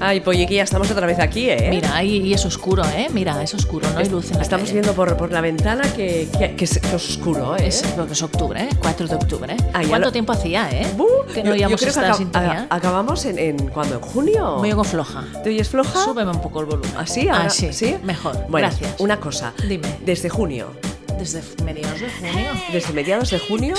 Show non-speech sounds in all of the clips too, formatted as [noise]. Ay, Pollequilla, estamos otra vez aquí, ¿eh? Mira, ahí y es oscuro, ¿eh? Mira, es oscuro, no hay luz en la Estamos calle. viendo por, por la ventana que, que- que es, que es oscuro, ¿eh? Es, creo que es octubre, ¿eh? 4 de octubre. ¿eh? Ah, ya ¿Cuánto lo- tiempo hacía, eh? Buh, que no yo- yo íbamos creo que esta acab- sintonía. a- acabamos en, en ¿cuándo? ¿En junio? Me oigo floja. ¿Te oyes floja? Súbeme un poco el volumen. ¿Así? ahora? Ah, sí, Mejor. Bueno, Gracias. una cosa. Dime. Desde junio, Desde f- mediados de junio desde mediados de junio,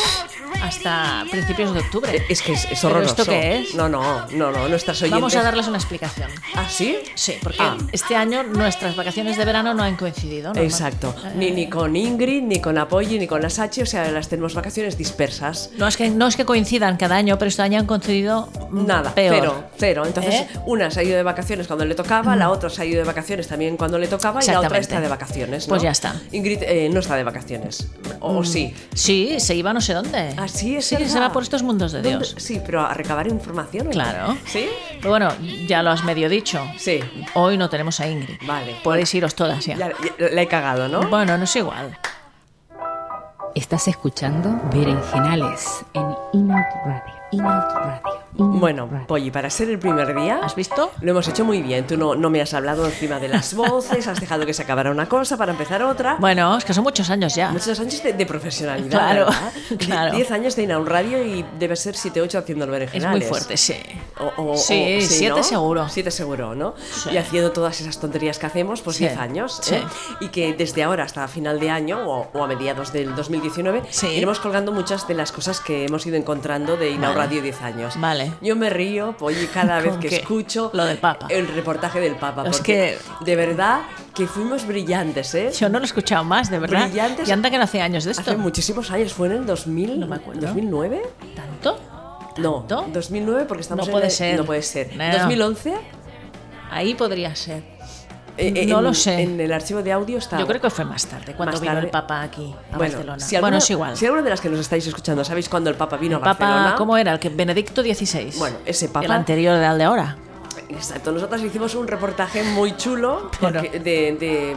hasta principios de octubre. eh, es que es, es ¿Pero horroroso. esto qué es? No, no, no, no, nuestras oyentes... Vamos a darles una explicación. ¿Ah, sí? Sí, porque Ah, este año nuestras vacaciones de verano no han coincidido. ¿no? Eh, Exacto. Ni, ni con Ingrid, ni con Apoyi, ni con las H, o sea, las tenemos vacaciones dispersas. No es, que, no es que coincidan cada año, pero este año han coincidido mm, Nada, peor. cero, cero. Entonces, ¿Eh? una se ha ido de vacaciones cuando le tocaba, la otra se ha ido de vacaciones también cuando le tocaba y la otra Exactamente. está de vacaciones. ¿no? Pues ya está. Ingrid eh, no está de vacaciones. O o sí. Sí, se iba no sé dónde. Mm. Así es. Sí, ¿verdad? se va por estos mundos de ¿Dónde? Dios. Sí, pero a recabar información. ¿o qué? Claro. ¿Sí? Pero bueno, ya lo has medio dicho. Sí. Hoy no tenemos a Ingrid. Vale. Podéis iros todas ya. Pues Ya, ya- la he cagado, ¿no? Bueno, no es igual. Estás escuchando Berenjenales en Inout Radio. Inout Radio. Inout Bueno, pues, Radio. Polly, para ser el primer día. ¿Has visto? Lo hemos hecho muy bien. Tú no, no me has hablado encima de las voces, has dejado que se acabara una cosa para empezar otra. Bueno, es que son muchos años ya. Muchos años de, de profesionalidad. Ah. Claro, [laughs] ¿verdad? Die- claro. Diez años de ir a un radio y debe ser 7, 8 haciendo el es berenjenales. muy fuerte, sí. O- o- sí, o- siete ¿no? seguro. Siete seguro, ¿no? Sí. Y haciendo todas esas tonterías que hacemos, pues Sí. 10 años. Sí. ¿eh? Y que desde ahora hasta final de año o, o a mediados del 2019 Sí. iremos colgando muchas de las cosas que hemos ido encontrando de Inau Vale. Radio 10 años. Vale. Yo me río, Polly, [laughs] cada vez ¿Con que qué? escucho Lo del Papa. el reportaje del Papa. Es porque de verdad que fuimos brillantes, ¿eh? Yo no lo he escuchado más, de verdad. Brillantes. Y anda que no hace años de esto. Hace muchísimos años, fue en el 2000, No me acuerdo. 2009? ¿Tanto? No, ¿Tanto? 2009 porque estamos No en puede el- ser. No puede ser. No. 2011? Ahí podría ser. eh, eh, no en- lo sé. En el archivo de audio está. Yo creo que fue más tarde, cuando Más vino tarde. el Papa aquí a Barcelona. si alguna- bueno, es igual. Si alguna de las que nos estáis escuchando sabéis cuándo el Papa vino a Papa, Barcelona. ¿cómo era? El que Benedicto XVI. Bueno, ese papa- El anterior al de ahora. Exacto, nosotros hicimos un reportaje muy [laughs] chulo Pero- porque de, de-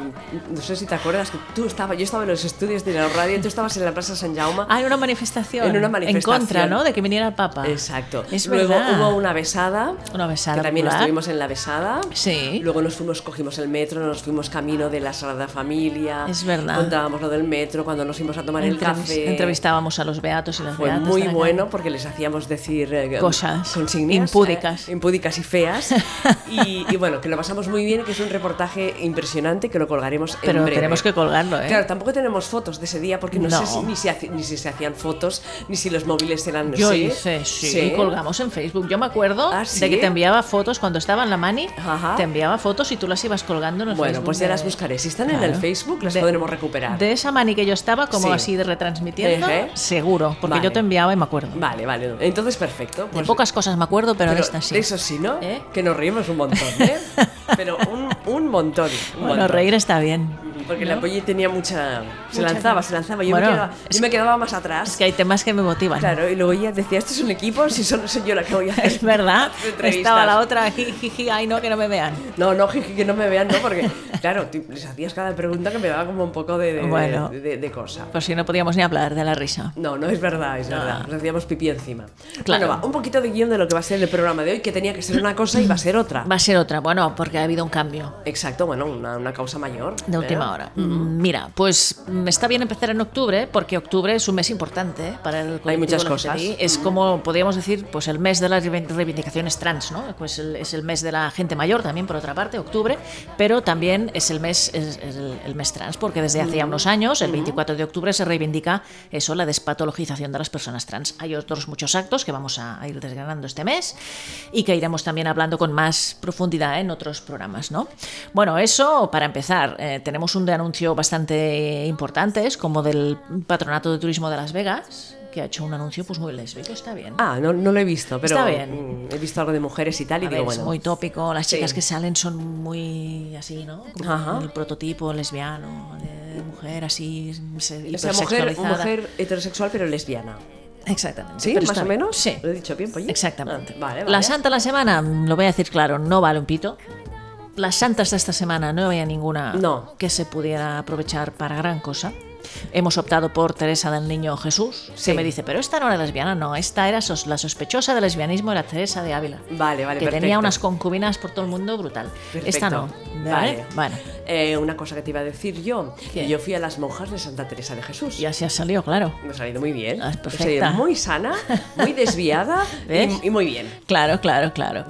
no sé si te acuerdas que tú estabas, yo estaba en los estudios de la radio, tú estabas en la Plaza San Jaume. Ah, en una manifestación. En una manifestación. En contra, ¿no? De que viniera el Papa. Exacto. Ah, Es Luego verdad. hubo una besada. Una besada Que también popular. estuvimos en la besada. Sí. Luego nos fuimos, cogimos el metro, nos fuimos camino de la Sagrada Familia. Es verdad. Contábamos lo del metro, cuando nos fuimos a tomar el Entrevis- café. Entrevistábamos a los beatos y las Fue beatas. muy de la bueno calle. porque les hacíamos decir eh, Cosas consignias, impúdicas. eh, impúdicas y [laughs] feas. y, y bueno, que lo pasamos muy bien, que es un reportaje impresionante que lo colgaremos en Pero breve. tenemos que colgarlo, ¿eh? Claro, tampoco tenemos fotos de ese día porque no, No. sé si- ni, si hace- ni si se hacían fotos, ni si los móviles eran. Yo ¿sí? hice, sí, y colgamos en Facebook. Yo me acuerdo Ah, ¿sí? de que te enviaba fotos cuando estaba en la mani, Ajá. te enviaba fotos y tú las ibas colgando en el Bueno, Facebook pues ya de- las buscaré. Si están en Claro. el Facebook, las De- podremos recuperar. De esa mani que yo estaba, como Sí. así de retransmitiendo, Ejé. seguro, porque Vale. yo te enviaba y me acuerdo. Vale, vale. Entonces, perfecto. De pues- pocas cosas me acuerdo, pero, pero de esta sí. Eso sí, ¿no? ¿Eh? Que nos reímos un montón, [laughs] ¿eh? pero un, un montón. Un bueno, montón. reír está bien. Porque la Polly tenía mucha... Se Mucha lanzaba, gracia. se lanzaba. Yo, Bueno, me, quedaba, yo es- me quedaba más atrás. Es que hay temas que me motivan. Claro, y luego ella decía, esto es un equipo, si solo soy yo la que voy a hacer. [laughs] Es verdad. las [laughs] entrevistas". Estaba la otra, jiji, ay no, que no me vean. No, no, jiji, que no me vean, no, porque, claro, tú- les hacías cada pregunta que me daba como un poco de, de- Bueno. de- de- de cosa. Pues si no podíamos ni hablar de la risa. No, no es verdad, es No. verdad. Nos hacíamos pipí encima. Ah. Claro. Bueno, va, un poquito de guión de lo que va a ser el programa de hoy, que tenía que ser una cosa y va a ser otra. Va a ser otra, bueno, porque ha habido un cambio. Exacto, bueno, una, una causa mayor. De última ¿eh? hora. Mm, Mira, pues mm, está bien empezar en octubre, porque octubre es un mes importante ¿eh? para el colectivo muchas LGTBI. cosas. Es como, podríamos decir, pues el mes de las reivind- reivindicaciones trans, ¿no? Pues el- es el mes de la gente mayor también, por otra parte, octubre, pero también es el mes, es el, el mes trans, porque desde hace ya unos años, el 24 de octubre, se reivindica eso, la despatologización de las personas trans. Hay otros muchos actos que vamos a, a ir desgranando este mes y que iremos también hablando con más profundidad en otros programas, ¿no? Bueno, eso para empezar. eh, tenemos un anuncio bastante importante, es como del Patronato de Turismo de Las Vegas, que ha hecho un anuncio pues muy lésbico, está bien. Ah, no, no lo he visto, pero Está bien. mm, he visto algo de mujeres y tal, y A digo, ver, bueno. es muy tópico, las chicas Sí. que salen son muy así, ¿no? Como Ajá. el prototipo lesbiano de mujer así se- O sea, mujer, hipersexualizada. mujer heterosexual pero lesbiana. Exactamente. ¿Sí? pero ¿Más o está bien. menos? Sí. ¿Lo he dicho bien, Polly? Exactamente. Ah, vale, La vale. santa de la semana, mm, lo voy a decir claro, no vale un pito. Las santas de esta semana no había ninguna No. que se pudiera aprovechar para gran cosa. Hemos optado por Teresa del Niño Jesús, Sí. que me dice, pero esta no era lesbiana, no, esta era sos- la sospechosa del lesbianismo, era Teresa de Ávila. Vale, vale, Que tenía perfecto. unas concubinas por todo el mundo brutal. Perfecto. Esta no. Vale. Bueno. Eh, una cosa que te iba a decir yo. ¿Qué? Yo fui a las monjas de Santa Teresa de Jesús. Y así ha salido, claro. Me ha salido muy bien. Ah, es Me ha perfecta. salido muy sana, muy desviada [laughs] ¿Ves? y, y muy bien. Claro, claro, claro.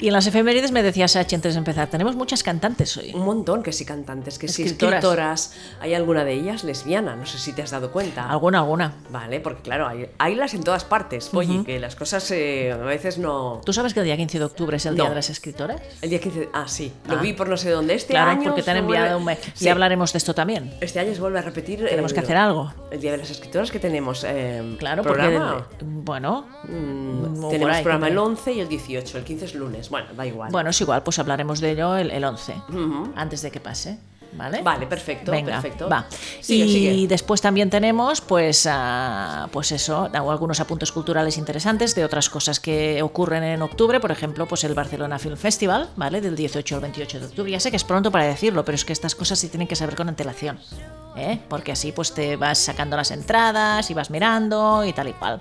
Y en las efemérides me decía Sachi antes de empezar, tenemos muchas cantantes hoy. Un montón que sí cantantes, que sí Escritoras. escritoras. Hay alguna de ellas lesbiana, no sé si te has dado cuenta. Alguna, alguna. Vale, porque claro, hay, haylas en todas partes. Oye, que las cosas eh, a veces no... ¿Tú sabes que el día 15 de octubre es el Día No. de las Escritoras? El día 15... Ah, sí. Lo Ah. vi por no sé dónde este claro, año. porque te han se vuelve- enviado un mail. Sí. Y hablaremos de esto también. Este año se vuelve a repetir... Tenemos el- que hacer algo. El Día de las Escritoras que tenemos... eh, Claro, programa. porque. Bueno, Mm, o por tenemos ahí, programa por ahí. el 11 y el 18. El 15 es lunes. Bueno, da igual. Bueno, es igual, pues hablaremos de ello el, el 11, Ujú. antes de que pase. ¿Vale? Vale, perfecto, ¿Eh? Venga, perfecto. Va. Sigue, y sigue. después también tenemos, pues, ah, pues eso, hago algunos apuntes culturales interesantes de otras cosas que ocurren en octubre, por ejemplo, pues el Barcelona Film Festival, ¿vale? Del 18 al 28 de octubre. Ya sé que es pronto para decirlo, pero es que estas cosas sí tienen que saber con antelación. ¿eh? Porque así pues te vas sacando las entradas y vas mirando y tal y cual.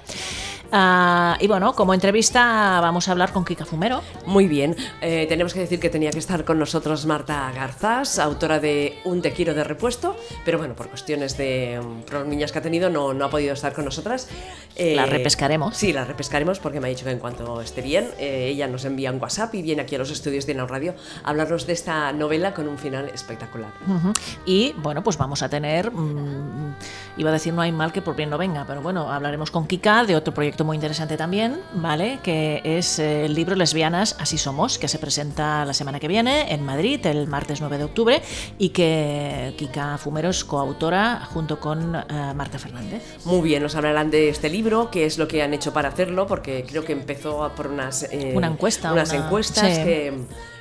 Ah, y bueno, como entrevista vamos a hablar con Kika Fumero. Muy bien, eh, tenemos que decir que tenía que estar con nosotros Marta Garzás, autora de Un Te Quiero de Repuesto, pero bueno, por cuestiones de mm, problemillas que ha tenido no, no ha podido estar con nosotras. Eh, La repescaremos. Sí, la repescaremos porque me ha dicho que en cuanto esté bien, eh, ella nos envía un WhatsApp y viene aquí a los estudios de Nau Radio a hablarnos de esta novela con un final espectacular. Ujú. Y bueno, pues vamos a tener, mm, iba a decir no hay mal que por bien no venga, pero bueno, hablaremos con Kika de otro proyecto muy interesante también, ¿vale? Que es eh, el libro Lesbianas, Así Somos, que se presenta la semana que viene en Madrid, el martes 9 de octubre, y que Kika Fumero es coautora junto con eh, Marta Fernández. Muy bien, nos hablarán de este libro, qué es lo que han hecho para hacerlo, porque creo que empezó a por unas, eh, Una encuesta, unas una- encuestas sí. que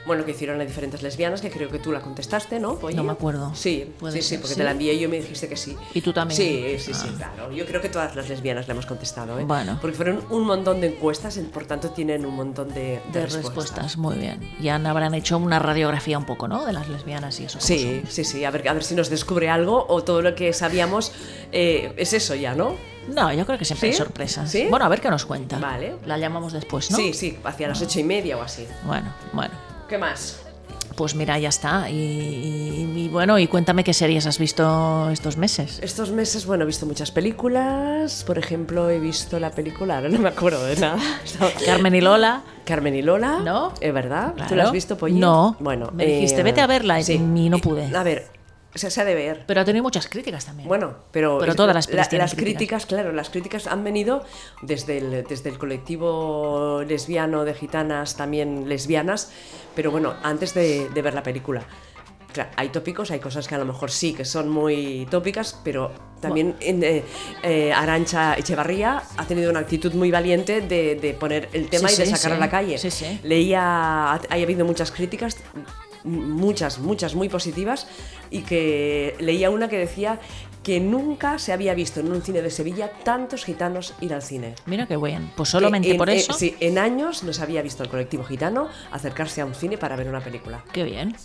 bueno que hicieron a diferentes lesbianas, que creo que tú la contestaste, ¿no? Polly? No me acuerdo. Sí, Puede sí, sí, ser, porque ¿sí? te la envié y yo me dijiste que sí. ¿Y tú también? Sí, sí, sí, Ah. claro. Yo creo que todas las lesbianas le hemos contestado, ¿eh? Bueno. Porque fueron un montón de encuestas, por tanto tienen un montón de, de De respuestas. muy bien. Ya habrán hecho una radiografía un poco, ¿no? De las lesbianas y eso. ¿cómo son? Sí, sí, sí. A ver, a ver si nos descubre algo o todo lo que sabíamos eh, es eso ya, ¿no? No, yo creo que siempre hay ¿Sí? sorpresas. ¿Sí? Bueno, a ver qué nos cuenta. Vale. La llamamos después, ¿no? Sí, sí, hacia las ocho y media o así. Bueno, bueno. ¿Qué más? Pues mira, ya está. Y, y- y bueno, y cuéntame qué series has visto estos meses. Estos meses, bueno, he visto muchas películas. Por ejemplo, he visto la película, ahora no me acuerdo de [laughs] nada. Carmen y Lola. Carmen y Lola. ¿No? Es verdad. ¿Tú Claro. la has visto, Polly? eh, No. Me dijiste, "Vete a verla", y no pude. A ver, se, se ha de ver. Pero ha tenido muchas críticas también. Bueno, pero, Pero todas las la- pelis tienen las críticas, claro, las críticas han venido desde el, desde el colectivo lesbiano de gitanas, también lesbianas, pero bueno, antes de, de ver la película. Claro, hay tópicos, hay cosas que a lo mejor sí que son muy tópicas, pero también en, eh, eh, Arancha Echevarría ha tenido una actitud muy valiente de, de poner el tema Sí, y de sí, sacarlo sí. a la calle. Sí, sí. Leía, ha ha habido muchas críticas, m- muchas, muchas, muy positivas, y que leía una que decía que nunca se había visto en un cine de Sevilla tantos gitanos ir al cine. Mira qué bien. Pues Que solamente en- por eh, eso. sí, en años no se había visto el colectivo gitano acercarse a un cine para ver una película. Qué bien.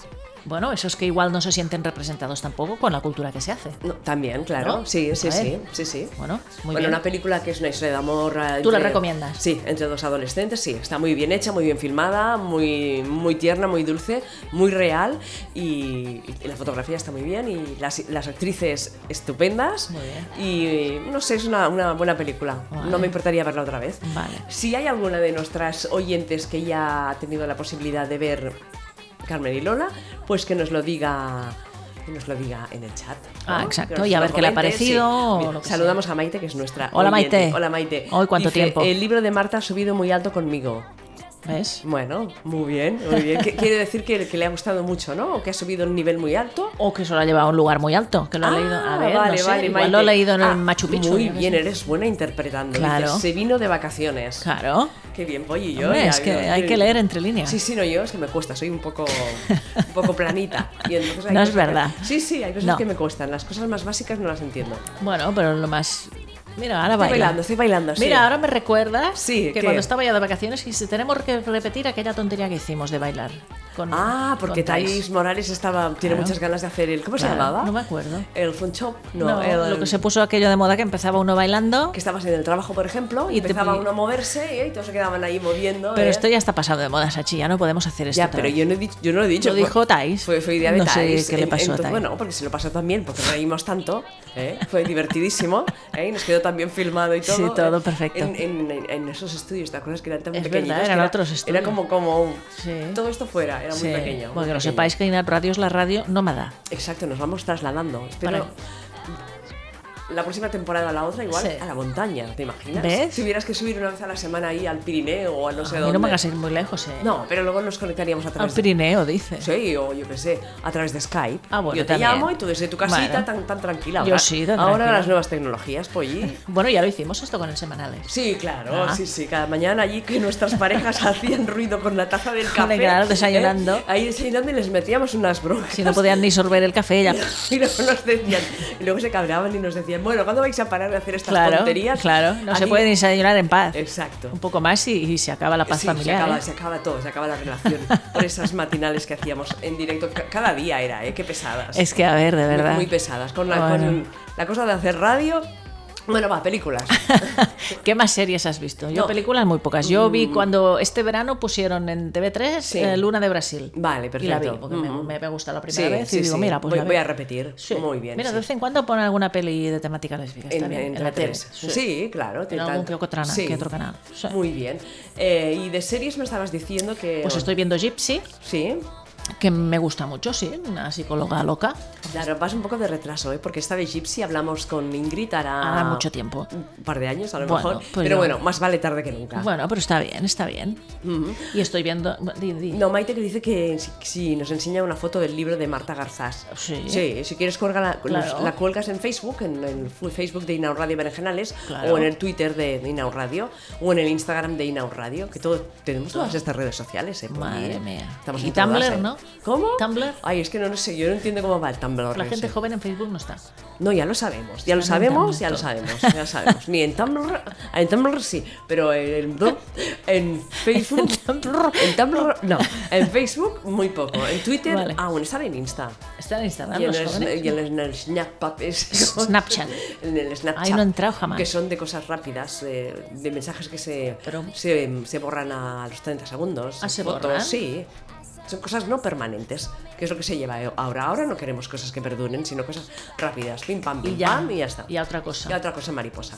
Bueno, esos que igual no se sienten representados tampoco con la cultura que se hace. No, también, claro. ¿No? Sí, sí, A sí, ver. sí, sí. Bueno, muy Bueno, bien. una película que es una historia de amor. eh, ¿Tú la entre- recomiendas? Sí, entre dos adolescentes, sí. Está muy bien hecha, muy bien filmada, muy, muy tierna, muy dulce, muy real. Y, y la fotografía está muy bien y las, las actrices estupendas. Muy bien. Y no sé, es una, una buena película. Vale. No me importaría verla otra vez. Vale. Si hay alguna de nuestras oyentes que ya ha tenido la posibilidad de ver Carmen y Lola, pues que nos lo diga. Que nos lo diga en el chat. Ah, Que exacto, nos y a lo ver qué le ha comente, parecido o Mira, lo que Saludamos a Maite, que es nuestra. Hola, oyente. Maite. Hola Maite. Hoy, ¿cuánto Dice, tiempo? El libro de Marta ha subido muy alto conmigo. ¿Ves? Bueno, muy bien, muy bien. Que- Quiere decir que, que le ha gustado mucho, ¿no? O que ha subido un nivel muy alto. O que eso lo ha llevado a un lugar muy alto, que lo ha Ah, leído. A ver, vale, no sé, vale, igual Maite. lo ha leído en Ah, el Machu Picchu. Muy yo qué bien, eh. sé. eres buena interpretando. Claro. Dices, se vino de vacaciones. Claro. Qué bien, Polly, yo. Hombre, ya es que veo hay que leer entre líneas. Sí, sí, no, yo es que me cuesta, soy un poco, un poco planita. Y entonces hay No es cosas que- verdad. sí, sí, hay cosas No. Ah, que me cuestan. Las cosas más básicas no las entiendo. Bueno, pero lo más Mira, ahora Estoy baila. bailando, estoy bailando. sí. Mira, ahora me recuerdas Sí, que ¿qué? cuando estaba ya de vacaciones y si tenemos que repetir aquella tontería que hicimos de bailar. Con, Ah, porque con Thais. Thais Morales estaba, tiene Claro. muchas ganas de hacer el. ¿Cómo se Claro, llamaba? no me acuerdo. El fun shop. No, No, el- lo que se puso aquello de moda que empezaba uno bailando. que estabas en el trabajo, por ejemplo, y Y te empezaba pi- uno a moverse ¿eh? y todos se quedaban ahí moviendo. Pero ¿eh? esto ya está pasado de moda, Sachi, ya no podemos hacer esto. Ya, otra pero vez. yo no, he dicho, yo no lo he dicho. Lo fue- dijo Thais. Fue, fue idea de No sé Thais. qué le En- pasó a entonces, Thais. Bueno, porque se lo pasó también, porque reímos [laughs] tanto. ¿eh? Fue divertidísimo. ¿eh? Y nos quedó también filmado y todo. Sí, todo ¿eh? perfecto. En, en- en- en esos estudios, ¿te acuerdas que eran tan Es verdad, pequeñitos? que eran era- otros Era estudios. como, como un- Sí. todo esto fuera, era muy Sí, pequeño. muy Porque pequeño. lo sepáis que Inat Radio es la radio nómada. Exacto, nos vamos trasladando. Espero Vale. la próxima temporada a la otra, igual Sí. a la montaña, ¿te imaginas? ¿Ves? Si tuvieras que subir una vez a la semana ahí al Pirineo o a no sé A mí dónde. no me hagas ir muy lejos, eh. No, pero luego nos conectaríamos a Al través de. Pirineo, dice. Sí, o yo qué sé, a través de Skype. Ah, bueno, yo te también. llamo y tú desde tu casita Bueno. tan, tan tranquila. Yo ahora. sí, tan Ahora tranquila. las nuevas tecnologías, [laughs] polly. Bueno, ya lo hicimos esto con el semanales. Sí, claro, Ah. sí, sí. Cada mañana allí que nuestras parejas [laughs] hacían ruido con la taza del café. Claro, desayunando. ¿eh? Ahí desayunando y les metíamos unas broncas. Si no podían ni sorber el café, ya. [laughs] Y luego nos decían, y luego se cabreaban y nos decían, bueno, ¿cuándo vais a parar de hacer estas Claro, tonterías? claro. No se Aquí- puede ni desayunar en paz. Exacto. Un poco más y, y se acaba la paz Sí, familiar. se acaba, ¿eh? se acaba todo, se acaba la relación por esas matinales que hacíamos en directo. Ca- Cada día era, ¿eh? Qué pesadas. Es que, a ver, de Muy- verdad. Muy pesadas. Con la, Bueno. con la cosa de hacer radio. Bueno, va, [laughs] películas. ¿Qué más series has visto? Yo No. Mm. películas muy pocas. Yo vi cuando este verano pusieron en TV3 eh, Luna de Brasil. Vale, perfecto. Y la vi, porque me- Ujú. me, me gustó la primera Sí, vez. sí, y digo, sí. mira, pues Voy- la voy veo". a repetir. Sí. Muy bien, Mira, sí. de vez en cuando ponen alguna peli de temática lésbica. Está bien. En, la tele. TV3. Sí, claro. tiene algún tanto- que otro canal- que otro canal, sí. Muy bien. Eh, y de series me estabas diciendo que... Pues estoy viendo Gypsy, Sí. que me gusta mucho, sí, una psicóloga loca. Claro, vas un poco de retraso, ¿eh? porque esta de Gypsy hablamos con Ingrid hará... Hará mucho tiempo. Un par de años, a lo Bueno, mejor. pues Pero no. bueno, más vale tarde que nunca. Bueno, pero está bien, está bien. Y estoy viendo. di- di- No, Maite que dice que si, si nos enseña una foto del libro de Marta Garzás. Sí. si quieres cuelga la, Claro. nos- la cuelgas en Facebook, en, en el Facebook de Inaud Radio Berenjenales, Claro. o en el Twitter de, de Inaud Radio, o en el Instagram de Inaud Radio, que todo, tenemos todas estas redes sociales, ¿eh? Poli, Madre eh. mía. Estamos Y en todas, Tumblr, ¿eh? ¿no? ¿Cómo? Tumblr. Ay, es que no lo sé, yo no entiendo cómo va el Tumblr. La gente ese. joven en Facebook no está. No, ya lo sabemos, ya lo Están en sabemos, Tumblr ya lo todo. sabemos, ya lo sabemos. Ni en Tumblr, en Tumblr sí, pero en, en [laughs] Facebook, en Tumblr, no, en Facebook muy poco, en Twitter Vale. aún están en Insta Está en Instagram y en, los el, jóvenes. y en el- en el Snapchat es- Snapchat. en el Snapchat, Ahí no he entrado jamás. que son de cosas rápidas, eh, de, mensajes que se, Pero- se se borran a los 30 segundos, Ah, ¿se fotos, borran? sí. Son cosas no permanentes, que es lo que se lleva eh, ahora. Ahora no queremos cosas que perduren, sino cosas rápidas. Pim, pam, pim, Y ya. pam, y ya está. Y a otra cosa. Y a otra cosa mariposa.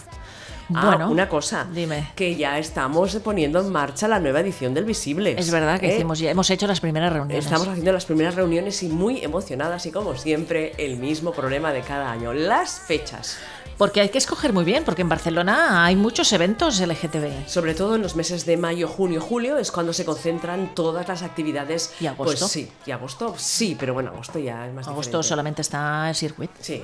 Bueno, ah, una cosa. dime. Que ya estamos poniendo en marcha la nueva edición del Visibles. Es verdad que ¿eh? hicimos ya, hemos hecho las primeras reuniones. Estamos haciendo las primeras reuniones y muy emocionadas y como siempre el mismo problema de cada año, las fechas, Porque hay que escoger muy bien, porque en Barcelona hay muchos eventos LGTB. sobre todo en los meses de mayo, junio, julio es cuando se concentran todas las actividades. ¿Y agosto? Pues sí, y agosto sí, pero bueno, agosto ya es más Agosto diferente. solamente está el circuit. Sí, ¿eh?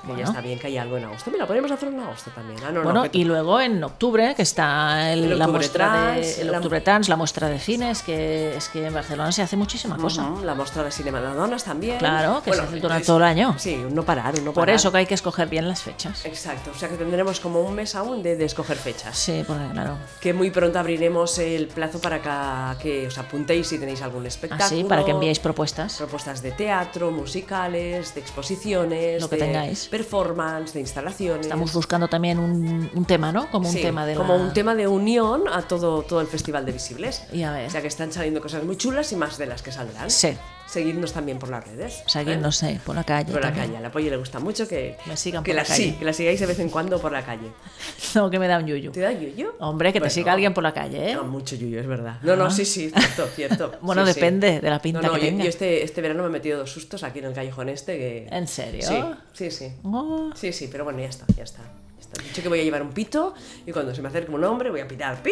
que Bueno. ya está bien que haya algo en agosto. Mira, podemos hacer en agosto también. Ah, no, no, bueno, que- y luego en octubre, que está el- El la octubre muestra trans, de, el la- octubre trans, la muestra de cines, que es que en Barcelona se hace muchísima cosa. Ujú, la muestra de Cinema de Donas también. Claro, que se hace durante es- todo el año. Sí, un no parar, un no Por parar. eso que hay que escoger bien las fechas. Exacto, o sea que tendremos como un mes aún de, de escoger fechas. Sí, porque claro. que muy pronto abriremos el plazo para ca- que, os apuntéis si tenéis algún espectáculo. Así, Ah, para que enviéis propuestas. propuestas de teatro, musicales, de exposiciones, Lo que de tengáis. performance, de instalaciones. Estamos buscando también un, un tema, ¿no? Como un Sí, tema de la- como un tema de unión a todo, todo el Festival de Visibles. Ya ves. O sea que están saliendo cosas muy chulas y más de las que saldrán. Sí. Seguidnos también por las redes. ¿eh? O sea, que no sé, por la calle. Por la también. calle, a la Polly le gusta mucho que, Me sigan que por la calle. sí, que la sigáis de vez en cuando por la calle. [laughs] No, que me da un yuyu. ¿Te da yuyo? Hombre, que te Bueno. siga alguien por la calle, ¿eh? Ah. No, mucho yuyo, es verdad. No, no, sí, sí, cierto, cierto. [laughs] Bueno, Sí, sí. depende de la pinta No, no, que yo, tenga. yo este, este verano me he metido dos sustos aquí en el callejón este que... ¿En serio? Sí, sí, sí. Oh. Sí, sí, pero bueno, ya está, ya está. ya está. He dicho que voy a llevar un pito y cuando se me acerque un hombre voy a pitar pi,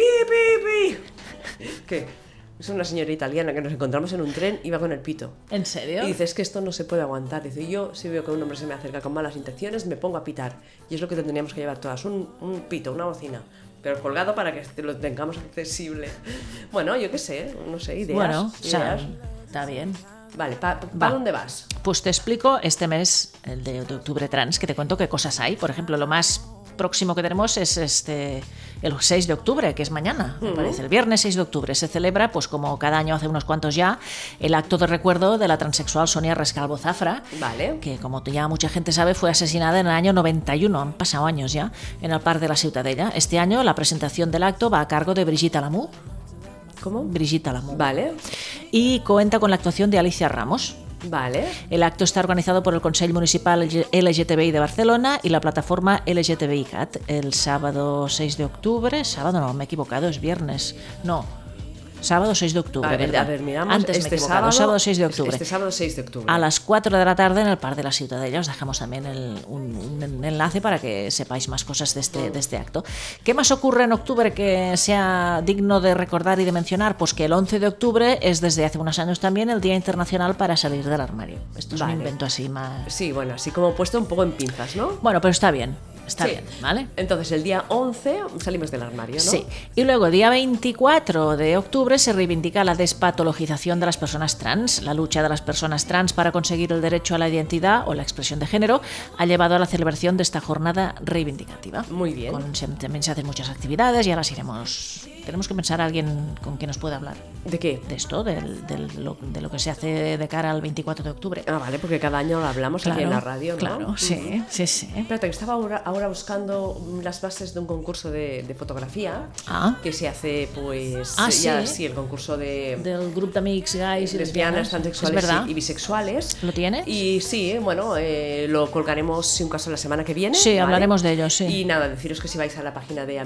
pi, [laughs] pi. Que es una señora italiana que nos encontramos en un tren y va con el pito. ¿En serio? Y dice, es que esto no se puede aguantar. Dice, yo si veo que un hombre se me acerca con malas intenciones, me pongo a pitar. Y es lo que tendríamos que llevar todas, un, un pito, una bocina. Pero colgado para que te lo tengamos accesible. [laughs] Bueno, yo qué sé, no sé, ideas. bueno, o sea, ideas. está bien. Vale, ¿para va. dónde vas? Pues te explico este mes, el de, de octubre trans, que te cuento qué cosas hay. Por ejemplo, lo más próximo que tenemos es este el 6 de octubre, que es mañana, me parece. El viernes 6 de octubre se celebra, pues como cada año hace unos cuantos ya, el acto de recuerdo de la transexual Sonia Rescalvo Zafra, Vale. que como ya mucha gente sabe fue asesinada en el año 91, han pasado años ya, en el Parc de la Ciutadella. Este año la presentación del acto va a cargo de Brigitte Lamu, ¿Cómo? Brigitte Lamu, Vale, y cuenta con la actuación de Alicia Ramos. vale. El acto está organizado por el Consell Municipal LGTBI de Barcelona y la plataforma LGTBI CAT. El sábado 6 de octubre, sábado no, me he equivocado, es viernes. No, sábado 6 de octubre. A ver, ¿verdad? a ver, miramos. Antes me he este equivocado, sábado, sábado, 6 de octubre. Este sábado 6 de octubre. A las 4 de la tarde en el Par de la Ciutadella. Os dejamos también el- un, un enlace para que sepáis más cosas de este, de este acto. ¿Qué más ocurre en octubre que sea digno de recordar y de mencionar? Pues que el 11 de octubre es desde hace unos años también el Día Internacional para Salir del Armario. Esto es Vale. un invento así más... Sí, bueno, así como puesto un poco en pinzas, ¿no? Bueno, pero está bien, está Sí. bien, ¿vale? Entonces, el día 11 salimos del armario, ¿no? Sí. Y luego, día 24 de octubre, se reivindica la despatologización de las personas trans. La lucha de las personas trans para conseguir el derecho a la identidad o la expresión de género ha llevado a la celebración de esta jornada reivindicativa. Muy bien. Con- se- también se hacen muchas actividades y ahora las iremos. Tenemos que pensar a alguien con quien nos pueda hablar ¿De qué? de esto, del- del- lo- de lo que se hace de cara al 24 de octubre. Ah, vale, porque cada año lo hablamos aquí en la radio, ¿no? Mm. Claro, sí, sí, sí. Espérate, que estaba ahora, ahora buscando mm, las bases de un concurso de, de fotografía Ah. que se hace, pues, Ah, eh, ya sí. sí, el concurso de, Del grupo de Mix Guys y lesbianas, transexuales Es verdad. y, y bisexuales. ¿Lo tienes? Y sí, eh, bueno, eh, lo colgaremos, si un caso, la semana que viene. Sí, hablaremos de ello, sí. Y nada, deciros que si vais a la página de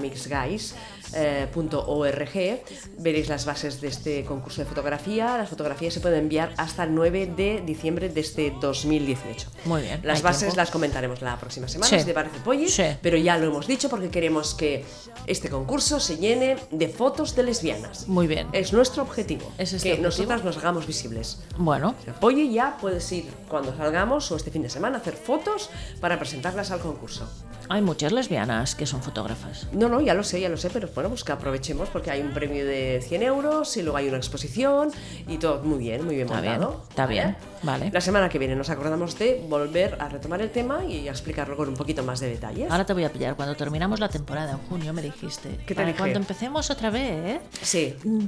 amixguys.org veréis las bases de este concurso de fotografía. Las fotografías se pueden enviar hasta el 9 de diciembre de este 2018. Muy bien, Las hay bases tiempo. las comentaremos la próxima semana, Sí. si te parece, Polly. Sí. Pero ya lo hemos dicho porque queremos que este concurso se llene de fotos de lesbianas. Muy bien. Es nuestro objetivo. Es este que objetivo. nosotras nos hagamos visibles. Bueno, Oye, ya puedes ir cuando salgamos o este fin de semana a hacer fotos para presentarlas al concurso. hay muchas lesbianas que son fotógrafas. No, no, ya lo sé, ya lo sé, pero bueno, pues que aprovechemos porque hay un premio de 100 euros y luego hay una exposición y todo muy bien, muy bien Está bien, montado. está bien, vale. La semana que viene nos acordamos de volver a retomar el tema y a explicarlo con un poquito más de detalles. Ahora te voy a pillar. Cuando terminamos la temporada en junio me dijiste. ¿Qué te "Para dije? Cuando empecemos otra vez, Sí. mm,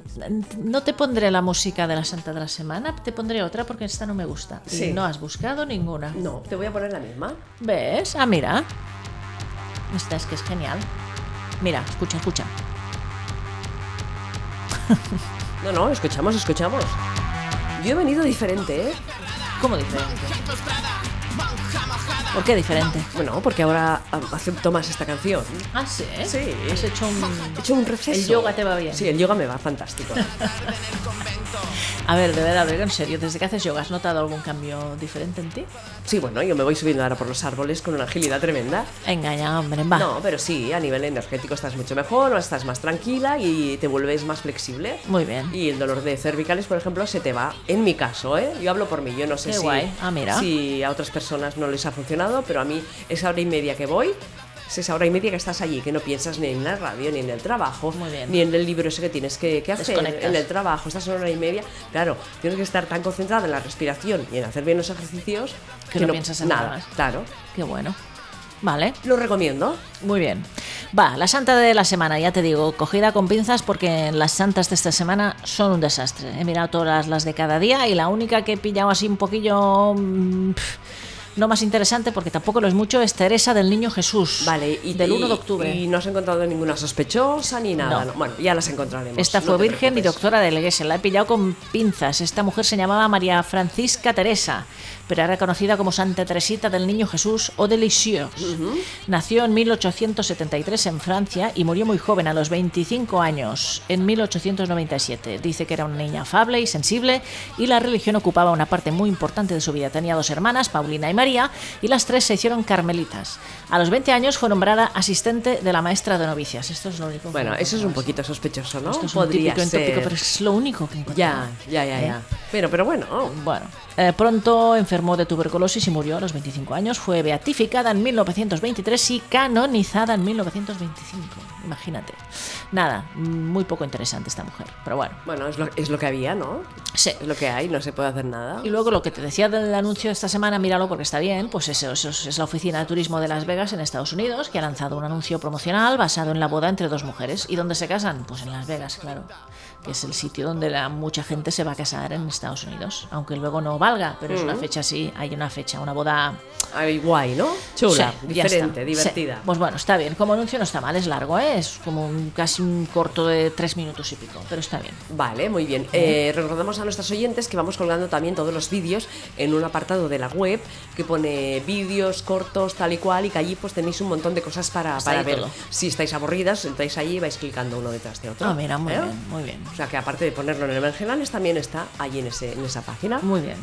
no te pondré la música de la Santa de la Semana, te pondré otra porque esta no me gusta. Sí. Y no has buscado ninguna. No, te voy a poner la misma. ¿Ves? Ah, mira. Esta es que es genial. Mira, escucha, escucha. No, no, escuchamos, escuchamos. Yo he venido diferente, ¿eh? ¿Cómo diferente? ¿Por qué diferente? Bueno, porque ahora ah, acepto más esta canción. Ah, sí. Sí. Has hecho un... He hecho un receso. El yoga te va bien. Sí, el yoga me va fantástico. A ver, de verdad, a ver, en serio, desde que haces yoga, ¿has notado algún cambio diferente en ti? Sí, bueno, yo me voy subiendo ahora por los árboles con una agilidad tremenda. Venga, ya, hombre, va. No, pero sí, a nivel energético estás mucho mejor, o estás más tranquila y te vuelves más flexible. Muy bien. Y el dolor de cervicales, por ejemplo, se te va. En mi caso, ¿eh? Yo hablo por mí, yo no sé Qué si, guay. Ah, mira. si a otras personas no les ha funcionado, pero a mí esa hora y media que voy, es esa hora y media que estás allí, que no piensas ni en la radio, ni en el trabajo, Muy bien. ni en el libro ese que tienes que, que hacer, Desconectas. en el trabajo, estás una hora y media. Claro, tienes que estar tan concentrada en la respiración y en hacer bien los ejercicios Que no piensas en nada más. Claro, Qué bueno. Vale, lo recomiendo. muy bien. Va, la santa de la semana, ya te digo, cogida con pinzas porque las santas de esta semana son un desastre. He mirado todas las de cada día y la única que he pillado así un poquillo... mm, pf, no más interesante porque tampoco lo es mucho, es Teresa del Niño Jesús. Vale, y del 1 de y- octubre. Y no has encontrado ninguna sospechosa ni nada. No. ¿no? Bueno, ya las encontraremos. Esta no fue te virgen y preocupes. doctora de la iglesia. La he pillado con pinzas. Esta mujer se llamaba María Francisca Teresa, pero era conocida como Santa Teresita del Niño Jesús o de Lisieux. Nació en 1873 en Francia y murió muy joven, a los 25 años, en 1897. Dice que era una niña afable y sensible y la religión ocupaba una parte muy importante de su vida. Tenía dos hermanas, Paulina y María, y las tres se hicieron carmelitas. A los 20 años fue nombrada asistente de la maestra de novicias. Esto es lo único. que Bueno, me eso es acuerdo un así. poquito sospechoso, ¿no? Esto es un Podría típico en tópico, ser. pero es lo único que encontré. Ya, ya, ya, ¿Eh? ya. Pero, pero bueno. Bueno, eh, pronto enfermó de tuberculosis y murió a los 25 años. Fue beatificada en 1923 y canonizada en 1925. Imagínate. Nada, muy poco interesante esta mujer, pero bueno. Bueno, es lo, es lo que había, ¿no? Sí. Es lo que hay, no se puede hacer nada. Y luego lo que te decía del anuncio esta semana, míralo porque está bien, pues eso, eso es la Oficina de Turismo de Las Vegas en Estados Unidos, que ha lanzado un anuncio promocional basado en la boda entre dos mujeres. ¿Y dónde se casan? Pues en Las Vegas, claro, que es el sitio donde la, mucha gente se va a casar en Estados Unidos, aunque luego no valga, pero es Mm. una fecha así, hay una fecha, una boda... Ay, guay, ¿no? Chula, Sí, ya diferente, está. divertida. Sí. Pues bueno, está bien, como anuncio no está mal, es largo, ¿eh? es como un- casi un corto de tres minutos y pico, pero está bien. Vale, muy bien. Eh, recordamos a nuestros oyentes que vamos colgando también todos los vídeos en un apartado de la web que pone vídeos cortos, tal y cual, y que allí pues tenéis un montón de cosas para, Está para ahí ver. todo. Si estáis aburridas, entráis allí y vais clicando uno detrás de otro. Ah, mira, muy ¿Eh? bien, muy bien. O sea que aparte de ponerlo en el Berenjenales, también está allí en, ese, en esa página. Muy bien.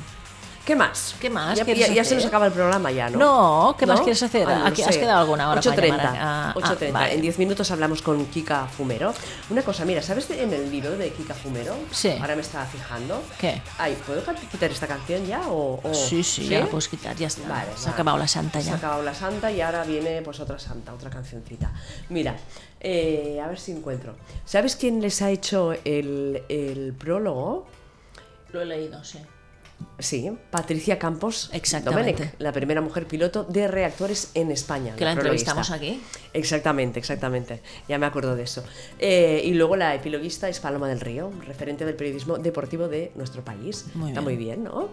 ¿Qué más? ¿Qué más Ya, quieres ya- ya se hacer? nos acaba el programa ya, ¿no? No, ¿qué más quieres hacer? Ay, no ¿Has- lo has sé. quedado alguna hora para 8.30. llamar a- ah, 8.30. ah, vale. En 10 minutos hablamos con Kika Fumero. Una cosa, mira, ¿sabes de- en el libro de Kika Fumero? Sí. Ahora me estaba fijando. ¿Qué? Ay, ¿puedo can- quitar esta canción ya? O, o- Sí, sí, ya la puedes quitar, ya está. Vale, se vale. ha acabado la santa Se ha ya. acabado la santa y ahora viene pues otra santa, otra cancioncita. Mira, eh, a ver si encuentro. ¿Sabes quién les ha hecho el, el prólogo? Lo he leído, sí. Sí, Patricia Campos Exactamente. Domenech, la primera mujer piloto de reactores en España. Que la prologuista. entrevistamos aquí. Exactamente, exactamente. Ya me acuerdo de eso. Eh, y luego la epiloguista es Paloma del Río, referente del periodismo deportivo de nuestro país. Muy Está bien. muy bien, ¿no?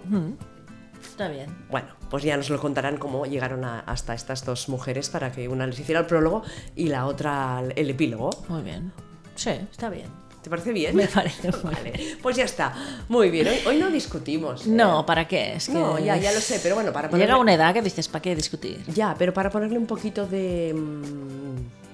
Está bien. Bueno, pues ya nos lo contarán cómo llegaron a- hasta estas dos mujeres para que una les hiciera el prólogo y la otra el epílogo. Muy bien. Sí, está bien. ¿Te parece bien? Me parece muy Vale, pues ya está. Muy bien, hoy, hoy no discutimos. ¿eh? No, ¿para qué? Es que No, ya, ya lo sé, pero bueno, para Llega ponerle- una edad que dices, ¿para qué discutir? Ya, pero para ponerle un poquito de. mm,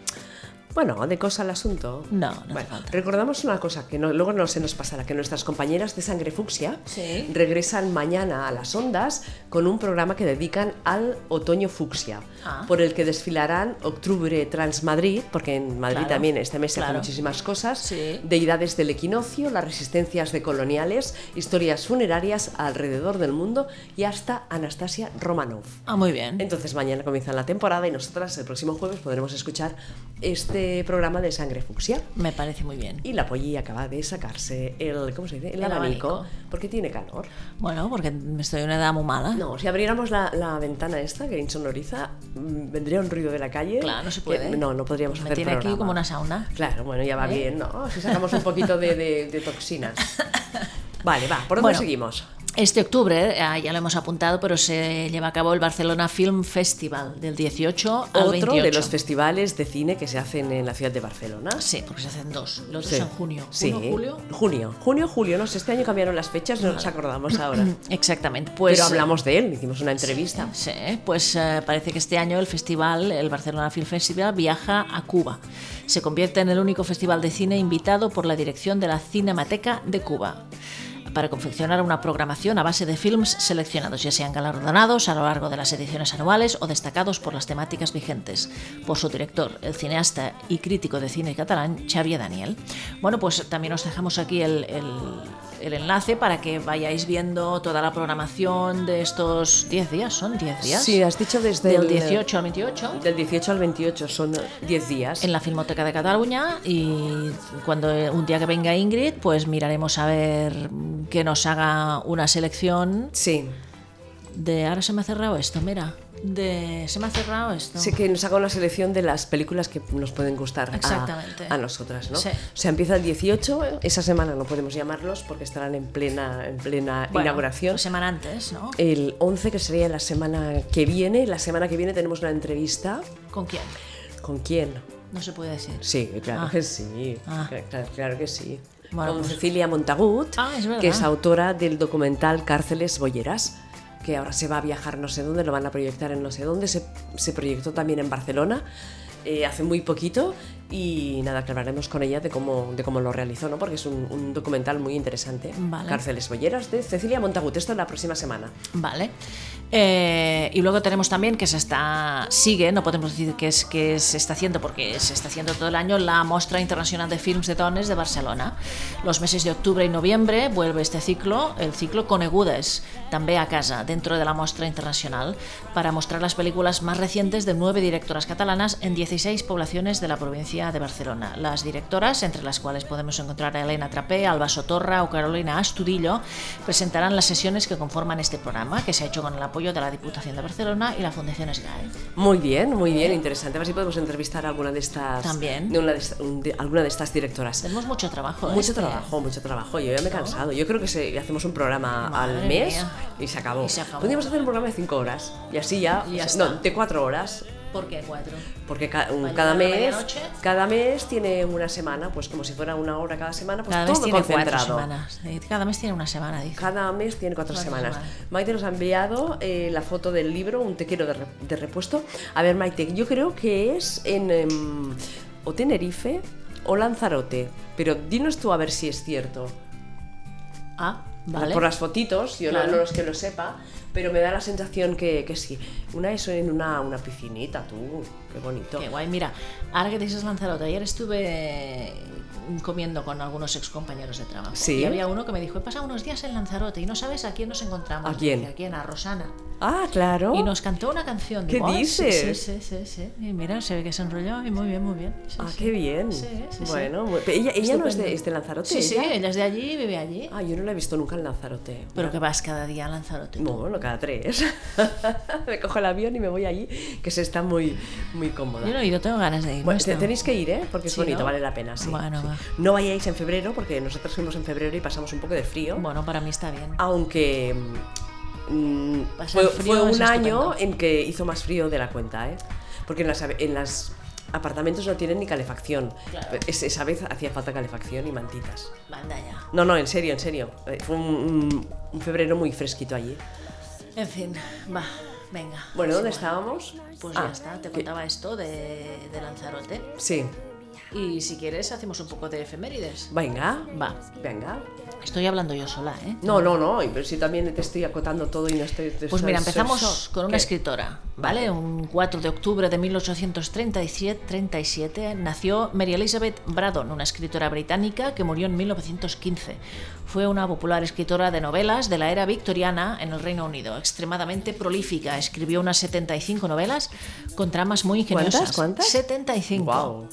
Bueno, de cosa al asunto. No, no hace Bueno, falta. recordamos una cosa que no- luego no se nos pasará, que nuestras compañeras de Sangre Fucsia Sí. regresan mañana a las ondas con un programa que dedican al otoño fucsia, Ah. por el que desfilarán Octubre Trans Madrid, porque en Madrid Claro, también este mes se hacen claro. muchísimas cosas, Sí. deidades del equinoccio, las resistencias de coloniales, historias funerarias alrededor del mundo y hasta Anastasia Romanov. Ah, muy bien. Entonces mañana comienza la temporada y nosotras el próximo jueves podremos escuchar este programa de Sangre Fucsia. Me parece muy bien. Y la Polly acaba de sacarse el, ¿cómo se dice? El, El abanico, abanico. porque tiene calor. Bueno, porque me estoy en una edad muy mala. No, si abriéramos la, la ventana esta que insonoriza, mm, vendría un ruido de la calle. Claro, no se que- puede. no, no podríamos Me hacer tiene aquí programa. como una sauna. Claro, bueno, ya va ¿Eh? bien, ¿no? Si sacamos un poquito de, de- de [laughs] toxinas. Vale, va, ¿por dónde Bueno. seguimos? Este octubre, eh, ya lo hemos apuntado, pero se lleva a cabo el Barcelona Film Festival del 18 al Otro 28. de los festivales de cine que se hacen en la ciudad de Barcelona. Sí, porque se hacen dos. El otro Sí. es en junio. Sí. ¿Uno, julio? Junio. Junio, julio. No sé, este año cambiaron las fechas, no nos acordamos ahora. Exactamente. Pues, Pero hablamos de él, hicimos una entrevista. Sí, pues eh, parece que este año el festival, el Barcelona Film Festival, viaja a Cuba. Se convierte en el único festival de cine invitado por la dirección de la Cinemateca de Cuba para confeccionar una programación a base de films seleccionados, ya sean galardonados a lo largo de las ediciones anuales o destacados por las temáticas vigentes, por su director, el cineasta y crítico de cine catalán, Xavier Daniel. Bueno, pues también os dejamos aquí el- el, el enlace para que vayáis viendo toda la programación de estos 10 días. ¿Son 10 días? Sí, has dicho desde Del el 18 al 28 Del 18 al 28 son 10 días. en la Filmoteca de Cataluña y cuando eh, un día que venga Ingrid, pues miraremos a ver mm, que nos haga una selección Sí. de... Ahora se me ha cerrado esto, mira. De, se me ha cerrado esto. Sé que nos haga una selección de las películas que nos pueden gustar a- Exactamente. A, nosotras, ¿no? Sí. O sea, empieza el 18, esa semana no podemos llamarlos porque estarán en plena, en plena Bueno, inauguración. pues semana antes, ¿no? El 11, que sería la semana que viene, la semana que viene tenemos una entrevista. ¿Con quién? ¿Con quién? No se puede decir. Sí, claro Ah. que sí. Ah. Cla- Claro, claro que sí. Bueno, Con pues- Cecilia Montagut, Ah, es verdad. que es autora del documental Cárceles Bolleras, que ahora se va a viajar no sé dónde, lo van a proyectar en no sé dónde. Se, se proyectó también en Barcelona eh, hace muy poquito Y nada, que hablaremos con ella de cómo, de cómo lo realizó, ¿no? Porque es un, un documental muy interesante. Vale. Cárceles Bolleras de Cecilia Montagut. Esto la próxima semana. Vale. Eh, y luego tenemos también que se está sigue, no podemos decir que es que se está haciendo porque se está haciendo todo el año la Mostra Internacional de Films de Dones de Barcelona. Los meses de octubre y noviembre vuelve este ciclo, el ciclo Conegudes, també a casa, dentro de la Mostra Internacional, para mostrar las películas más recientes de nueve directoras catalanas en 16 poblaciones de la provincia de Barcelona. Las directoras, entre las cuales podemos encontrar a Elena Trapé, Alba Sotorra o Carolina Astudillo, presentarán las sesiones que conforman este programa, que se ha hecho con el apoyo de la Diputación de Barcelona y la Fundación SGAE. Muy bien, muy bien, interesante. A ver si podemos entrevistar a alguna de estas. También. de una de esta- un- de- alguna de estas directoras. Tenemos mucho trabajo. ¿eh? Mucho Este- trabajo, mucho trabajo. Yo ya me he cansado. Yo creo que se- hacemos un programa Madre al mes mía. y se acabó. Y se acabó. Podríamos hacer un programa de 5 horas y así ya. pues, Y ya no, está. de 4 horas. ¿Por qué cuatro? Porque ca- un- Mañana cada a la mes, medianoche. cada mes tiene una semana, pues como si fuera una hora cada semana, pues Cada todo mes tiene cuatro concentrado. semanas. eh, Cada mes tiene una semana, dice. Cada mes tiene cuatro Cuatro semanas. semanas. Maite nos ha enviado eh, la foto del libro, un te quiero de, re- de repuesto. A ver, Maite, yo creo que es en em, o Tenerife o Lanzarote, pero dinos tú a ver si es cierto. Ah, vale. Por las fotitos, yo no- Claro. no, es que lo sepa, pero me da la sensación que, que sí. Una es en una, una piscinita, tú, qué bonito. Qué guay, mira, ahora que dices Lanzarote, ayer estuve comiendo con algunos excompañeros de trabajo Sí. y había uno que me dijo, he pasado unos días en Lanzarote y no sabes a quién nos encontramos. ¿A quién? Dice, ¿A quién? A Rosana. Ah, claro. Y nos cantó una canción. ¿Qué Digo, "Ah, sí, dices? Sí, sí, sí, sí. Y mira, se ve que se enrolló y muy bien, muy bien. Sí, Ah, sí. qué bien. Sí, sí, sí. bueno, muy- pero ella, ella no es de, Estupendo. es de Lanzarote. Sí, sí, ella. ella es de allí y vive allí. Ah, yo no la he visto nunca en Lanzarote. Pero que vas cada día a Lanzarote. tú. No, bueno, cada tres. [laughs] me cojo el avión y me voy allí, que se está muy, muy cómoda. Yo no he ido, tengo ganas de ir. Bueno, no te- está. tenéis que ir, ¿eh? Porque es Sí, bonito, ¿no? vale la pena, sí. Bueno, sí. va. No vayáis en febrero, porque nosotros fuimos en febrero y pasamos un poco de frío. Bueno, para mí está bien. Ah. Aunque mm, Pasar fue, frío fue es un año estupendo. en que hizo más frío de la cuenta, ¿eh? Porque en las, ave- en las apartamentos no tienen ni calefacción. Claro. Es- esa vez hacía falta calefacción y mantitas. Manda ya. No, no, en serio, en serio. Eh, Fue un, un- un febrero muy fresquito allí. En fin, va, venga. Bueno, es ¿dónde igual. estábamos? Pues Ah, ya está, te que- contaba esto de, de Lanzarote. Sí. Y si quieres, hacemos un poco de efemérides. Venga, Va, venga. estoy hablando yo sola, ¿eh? No, no, no, y- pero si también te estoy acotando todo y no estoy... te Pues estoy- mira, soy- empezamos soy- con una ¿Qué? escritora, ¿vale? Un 4 de octubre de 1837 nació Mary Elizabeth Braddon, una escritora británica que murió en 1915. Fue una popular escritora de novelas de la era victoriana en el Reino Unido, extremadamente prolífica. Escribió unas 75 novelas con tramas muy ingeniosas. ¿Cuántas? ¿Cuántas? 75. Guau.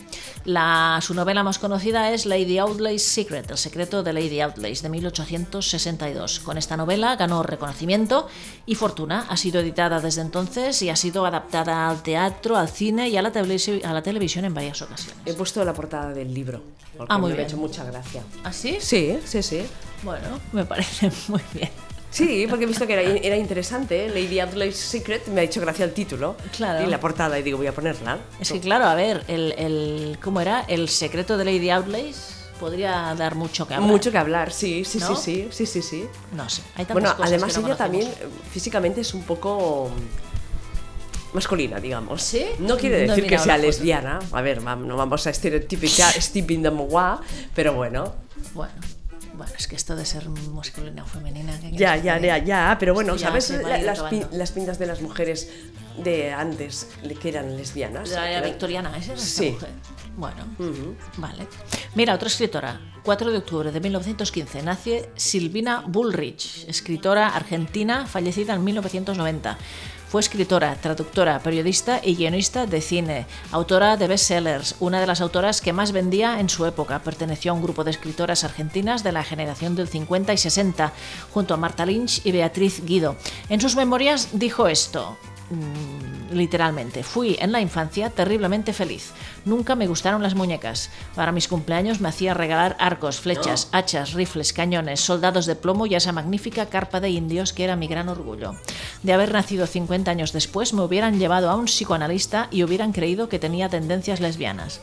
La, su novela más conocida es Lady Outlay's Secret, El secreto de Lady Outlays, de 1862. Con esta novela ganó reconocimiento y fortuna. Ha sido editada desde entonces y ha sido adaptada al teatro, al cine y a la, televisi- a la televisión en varias ocasiones. He puesto la portada del libro, porque Ah, muy me ha bien. hecho mucha gracia. ¿Así? Sí, sí, sí. ¿Ah, Bueno, me parece [laughs] muy bien. Sí, porque he visto que era, era interesante, ¿eh? Lady Adelaide's Secret, me ha hecho gracia el título Claro. y la portada, y digo, voy a ponerla. Es que claro, a ver, el, el- ¿cómo era? El secreto de Lady Outlays podría dar mucho que hablar. Mucho que hablar, sí, sí, ¿No? sí, sí, sí, sí, sí. No sé, hay tantas Bueno, cosas además que no ella también conocemos. eh, físicamente es un poco mm, masculina, digamos. ¿Sí? No quiere No he decir que mirado sea la foto. lesbiana. A ver, va- no vamos a [laughs] estereotipar Stephen de Mogua, pero bueno. Bueno, bueno, es que esto de ser masculina o femenina. que Ya, quieres ya, que te ya, diga? ya, pero bueno, Esto ya ¿sabes? se va La- a ir las, pin- acabando. las pintas de las mujeres de antes le- que eran lesbianas. La era Eran- victoriana, esa era esta Sí. mujer. Bueno, vale. Mira, otra escritora. 4 de octubre de 1915 nace Silvina Bullrich, escritora argentina fallecida en 1990. Fue escritora, traductora, periodista y guionista de cine, autora de bestsellers, una de las autoras que más vendía en su época. Perteneció a un grupo de escritoras argentinas de la generación del 50 y 60, junto a Marta Lynch y Beatriz Guido. En sus memorias dijo esto, Mm, literalmente. Fui en la infancia terriblemente feliz. Nunca me gustaron las muñecas. Para mis cumpleaños me hacía regalar arcos, flechas, hachas, rifles, cañones, soldados de plomo y esa magnífica carpa de indios que era mi gran orgullo. De haber nacido 50 años después me hubieran llevado a un psicoanalista y hubieran creído que tenía tendencias lesbianas.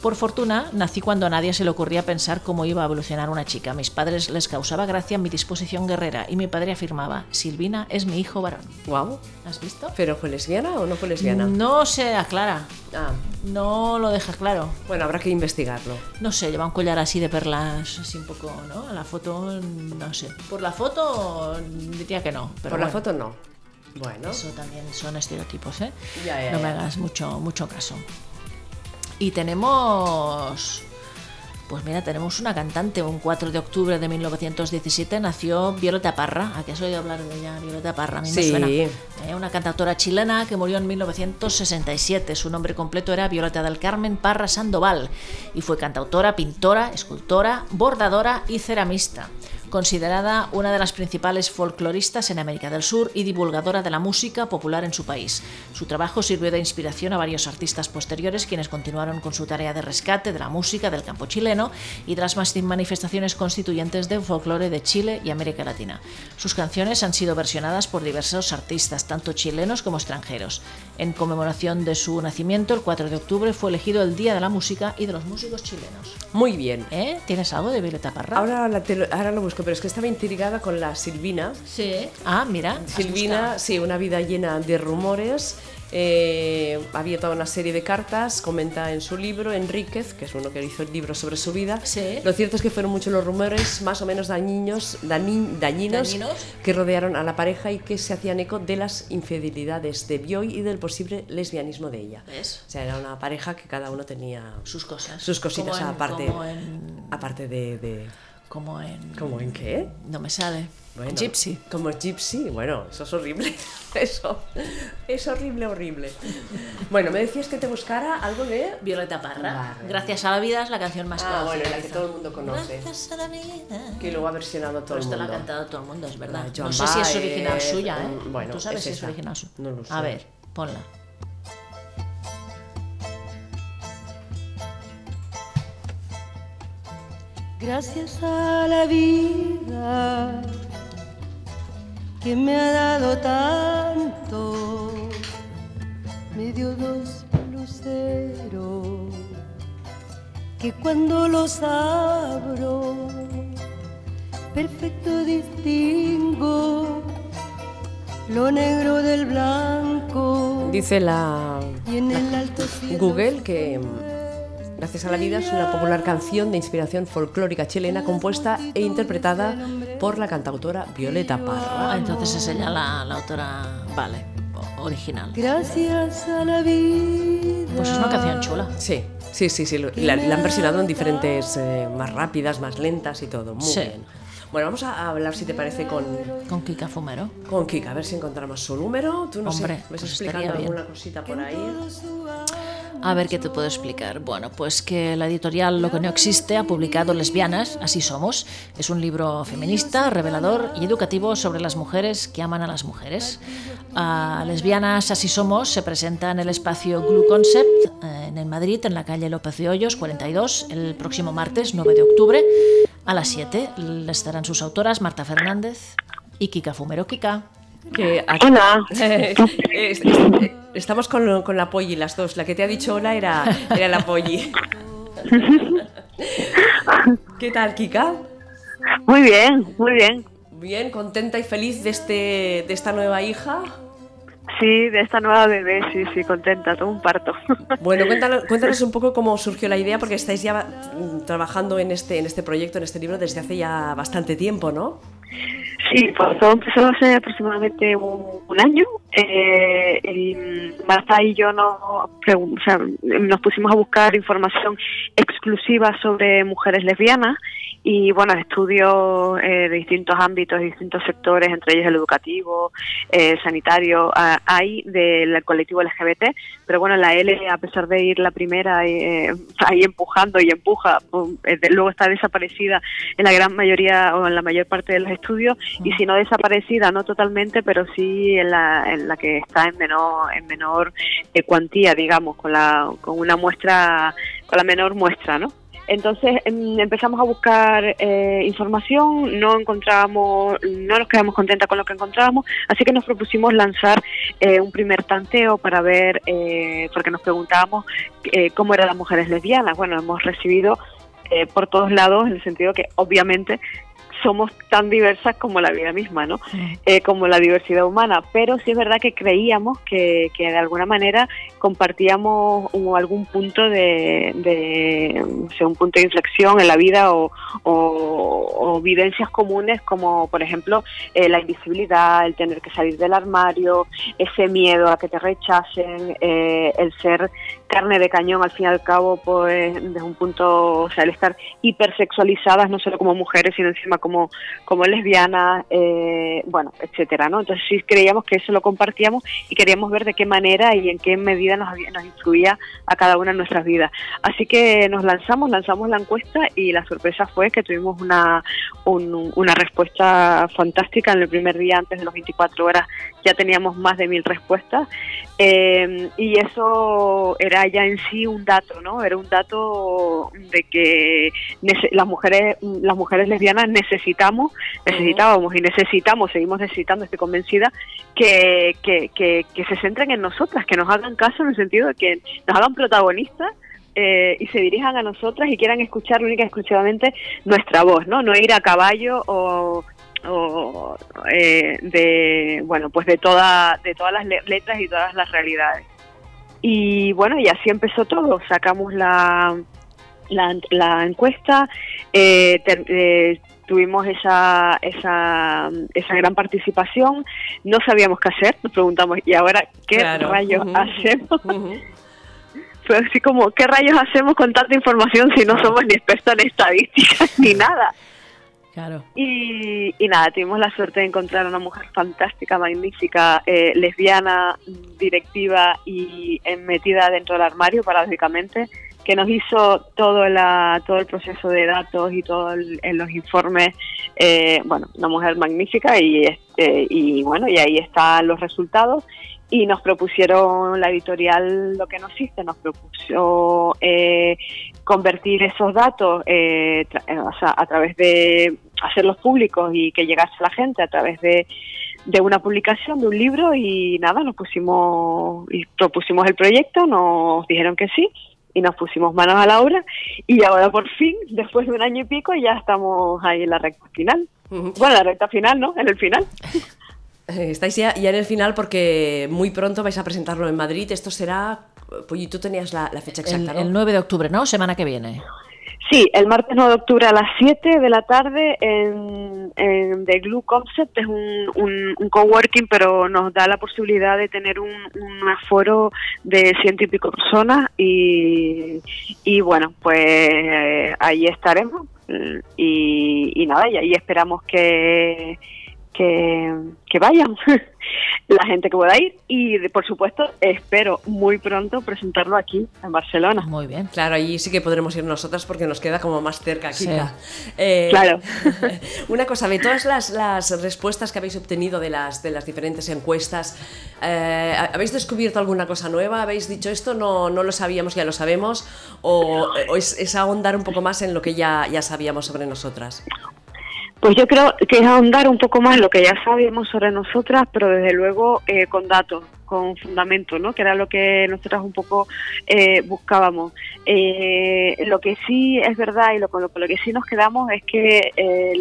Por fortuna, nací cuando a nadie se le ocurría pensar cómo iba a evolucionar una chica. A mis padres les causaba gracia mi disposición guerrera y mi padre afirmaba, Silvina es mi hijo varón. Wow. ¿Has visto? ¿Pero fue lesbiana o no fue lesbiana? No se aclara. Ah. No lo deja claro. Bueno, habrá que investigarlo. No sé, lleva un collar así de perlas, así un poco, ¿no? La foto, no sé. Por la foto diría que no. Pero Por la bueno. foto no. Bueno, Eso también son estereotipos, ¿eh? Ya, ya, no me ya. hagas mucho, mucho caso. Y tenemos. Pues mira, tenemos una cantante. Un 4 de octubre de 1917 nació Violeta Parra. ¿A qué has oído hablar de ella? Violeta Parra, a mí Sí. me suena. Eh, Una cantautora chilena que murió en 1967. Su nombre completo era Violeta del Carmen Parra Sandoval y fue cantautora, pintora, escultora, bordadora y ceramista. Considerada una de las principales folcloristas en América del Sur y divulgadora de la música popular en su país. Su trabajo sirvió de inspiración a varios artistas posteriores quienes continuaron con su tarea de rescate de la música del campo chileno y de las mas- manifestaciones constituyentes del folclore de Chile y América Latina. Sus canciones han sido versionadas por diversos artistas, tanto chilenos como extranjeros. En conmemoración de su nacimiento, el 4 de octubre fue elegido el Día de la Música y de los Músicos Chilenos. muy bien. ¿Eh? ¿Tienes algo de Violeta Parra? Ahora, la te lo, ahora lo busco, pero es que estaba intrigada con la Silvina. Sí. Ah, mira. has Silvina, sí, una vida llena de rumores. eh, había toda una serie de cartas, comenta en su libro Enríquez, que es uno que hizo el libro sobre su vida. Sí. Lo cierto es que fueron muchos los rumores, más o menos dañinos, dañi- dañinos, Dañinos. que rodearon a la pareja y que se hacían eco de las infidelidades de Bioy y del posible lesbianismo de ella. ¿Ves? O sea, era una pareja que cada uno tenía Sus cosas. sus cositas Como en- aparte, Como en, aparte de, de... como en- ¿Cómo en qué? No me sale. Bueno, Gypsy. Como Gypsy, bueno, eso es horrible. Eso [laughs] es horrible, horrible. Bueno, me decías que te buscara algo de. Violeta Parra. Vale. Gracias a la vida es la canción más Ah, bueno, la conocida que hizo. todo el mundo conoce. Gracias a la vida. Que lo ha versionado todo Pero el esto la mundo. ha cantado todo el mundo, es La verdad. de no Joan sé si es Baez, original suya, ¿eh? mm, bueno, ¿Tú sabes es si es esa. original suya? No lo sé. A ver, ponla. Gracias a la vida que me ha dado tanto, me dio dos luceros que cuando los abro, perfecto distingo lo negro del blanco. Dice la Y en el alto cielo Google que mm, Gracias a la vida es una popular canción de inspiración folclórica chilena compuesta e interpretada por la cantautora Violeta Parra. Ah, entonces es ella la, la autora, vale, o- original. Gracias a la vida. Pues es una canción chula. Sí, sí, sí, sí. lo- y La, la han versionado en diferentes, eh, más rápidas, más lentas y todo. Muy Sí. bien. Bueno, vamos a hablar, si te parece, con, Con Kika Fumero. con Kika, a ver si encontramos su número. Tú no Hombre, sé, me pues estás estaría explicando bien. alguna cosita por ahí. A ver qué te puedo explicar. Bueno, pues que la editorial Lo que no existe ha publicado Lesbianas, así somos. Es un libro feminista, revelador y educativo sobre las mujeres que aman a las mujeres. Ah, Lesbianas, así somos se presenta en el espacio Glue Concept eh, en el Madrid, en la calle López de Hoyos 42, el próximo martes 9 de octubre a las 7. Estarán sus autoras Marta Fernández y Kika Fumero. Kika. Que aquí- [laughs] Hola. Eh, es- es- Estamos con, lo- con la Polly, las dos. La que te ha dicho hola era, era la Polly. ¿Qué tal, Kika? Muy bien, muy bien. Bien, contenta y feliz de, este, de esta nueva hija. Sí, de esta nueva bebé, sí, sí, contenta, todo un parto. [laughs] Bueno, cuéntanos, cuéntanos un poco cómo surgió la idea, porque estáis ya mm, trabajando en este, en este proyecto, en este libro, desde hace ya bastante tiempo, ¿no? Sí, pues todo empezó hace aproximadamente un, un año. eh, y mm, Marta y yo nos, pregun- o sea, nos pusimos a buscar información exclusiva sobre mujeres lesbianas y, bueno, estudios eh, de distintos ámbitos, de distintos sectores, entre ellos el educativo, eh, sanitario, a- hay del colectivo LGBT. Pero bueno, la L, a pesar de ir la primera eh, ahí empujando y empuja, pum, eh, de- luego está desaparecida en la gran mayoría o en la mayor parte de los estudios y si no desaparecida, no totalmente, pero sí en la, en la que está en menor, en menor eh, cuantía, digamos, con, la, con una muestra, con la menor muestra, ¿no? Entonces em, empezamos a buscar eh, información, no encontrábamos, no nos quedamos contentas con lo que encontrábamos, así que nos propusimos lanzar eh, un primer tanteo para ver, eh, porque nos preguntábamos eh, cómo eran las mujeres lesbianas. Bueno, hemos recibido eh, por todos lados, en el sentido que obviamente somos tan diversas como la vida misma, ¿no? Eh, como la diversidad humana, pero sí es verdad que creíamos que, que de alguna manera compartíamos un- algún punto de, de, o sea, un punto de inflexión en la vida o, o- o vivencias comunes como, por ejemplo, eh, la invisibilidad, el tener que salir del armario, ese miedo a que te rechacen, eh, el ser carne de cañón al fin y al cabo, pues desde un punto, o sea, el estar hipersexualizadas, no solo como mujeres, sino encima como, como lesbianas, eh, bueno, etcétera, ¿no? Entonces sí creíamos que eso lo compartíamos y queríamos ver de qué manera y en qué medida nos, había- nos influía a cada una en nuestras vidas. Así que nos lanzamos, lanzamos la encuesta y la sorpresa fue que tuvimos una, un- una respuesta fantástica en el primer día, antes de las 24 horas, ya teníamos más de mil respuestas eh, y eso era ya en sí un dato, ¿no? Era un dato de que nece- las mujeres, las mujeres lesbianas necesitamos, necesitábamos y necesitamos, seguimos necesitando, estoy convencida, que, que, que, que se centren en nosotras, que nos hagan caso en el sentido de que nos hagan protagonistas. eh, y se dirijan a nosotras y quieran escuchar única y exclusivamente nuestra voz, ¿no? No ir a caballo o, o, eh, de bueno pues de toda de todas las le- letras y todas las realidades y bueno y así empezó todo sacamos la la, la encuesta eh, ter- eh, tuvimos esa, esa esa gran participación no sabíamos qué hacer nos preguntamos y ahora qué Claro. rayos Ujú. hacemos [laughs] Ujú. fue así como qué rayos hacemos con tanta información si no somos ni expertos en [laughs] estadísticas ni nada Claro. y, y nada, tuvimos la suerte de encontrar a una mujer fantástica, magnífica, eh, lesbiana, directiva y eh, metida dentro del armario, paradójicamente, que nos hizo todo, la, todo el proceso de datos y todos los informes. eh, bueno, una mujer magnífica y, este, y bueno, y ahí están los resultados. Y nos propusieron la editorial lo que nos hiciste, nos propuso eh, convertir esos datos eh, tra- eh, o sea, a través de hacerlos públicos y que llegase a la gente a través de, de una publicación, de un libro y nada, nos pusimos y propusimos el proyecto, nos dijeron que sí y nos pusimos manos a la obra y ahora por fin, después de un año y pico, ya estamos ahí en la recta final. Ujú. Bueno, la recta final, ¿no? En el final. Eh, Estáis ya, ya en el final porque muy pronto vais a presentarlo en Madrid. Esto será. Polly, tú tenías la, la fecha El, exacta, ¿no? el 9 de octubre, ¿no? Semana que viene. Sí, el martes 9 de octubre a las 7 de la tarde en, en The Glue Concept, es un, un, un coworking, pero nos da la posibilidad de tener un, un aforo de ciento y pico personas y, y bueno, pues eh, ahí estaremos eh, y, y nada, y ahí esperamos que, que, que vayan [laughs] la gente que pueda ir y por supuesto espero muy pronto presentarlo aquí en Barcelona. Muy bien. Claro, allí sí que podremos ir nosotras porque nos queda como más cerca aquí. Eh, Sí. Claro. [laughs] Una cosa, de todas las, las respuestas que habéis obtenido de las, de las diferentes encuestas, eh, ¿habéis descubierto alguna cosa nueva? ¿Habéis dicho esto? No, no lo sabíamos, ya lo sabemos. ¿O, o es, es ahondar un poco más en lo que ya, ya sabíamos sobre nosotras? Pues yo creo que es ahondar un poco más lo que ya sabíamos sobre nosotras, pero desde luego eh, con datos, con fundamento, ¿no? Que era lo que nosotras un poco eh, buscábamos. Eh, lo que sí es verdad y lo, con, lo, con lo que sí nos quedamos es que eh,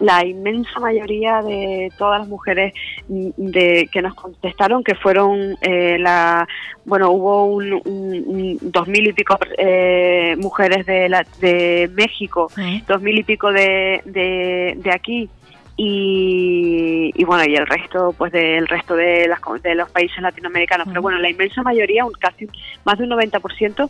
la inmensa mayoría de todas las mujeres mm, de, que nos contestaron, que fueron eh, la, bueno, hubo un, un- un dos mil y pico eh, mujeres de, la, de México, ¿Eh? dos mil y pico de, de, de aquí y, y bueno y el resto pues del resto de las co- de los países latinoamericanos pero bueno la inmensa mayoría un casi más de un 90%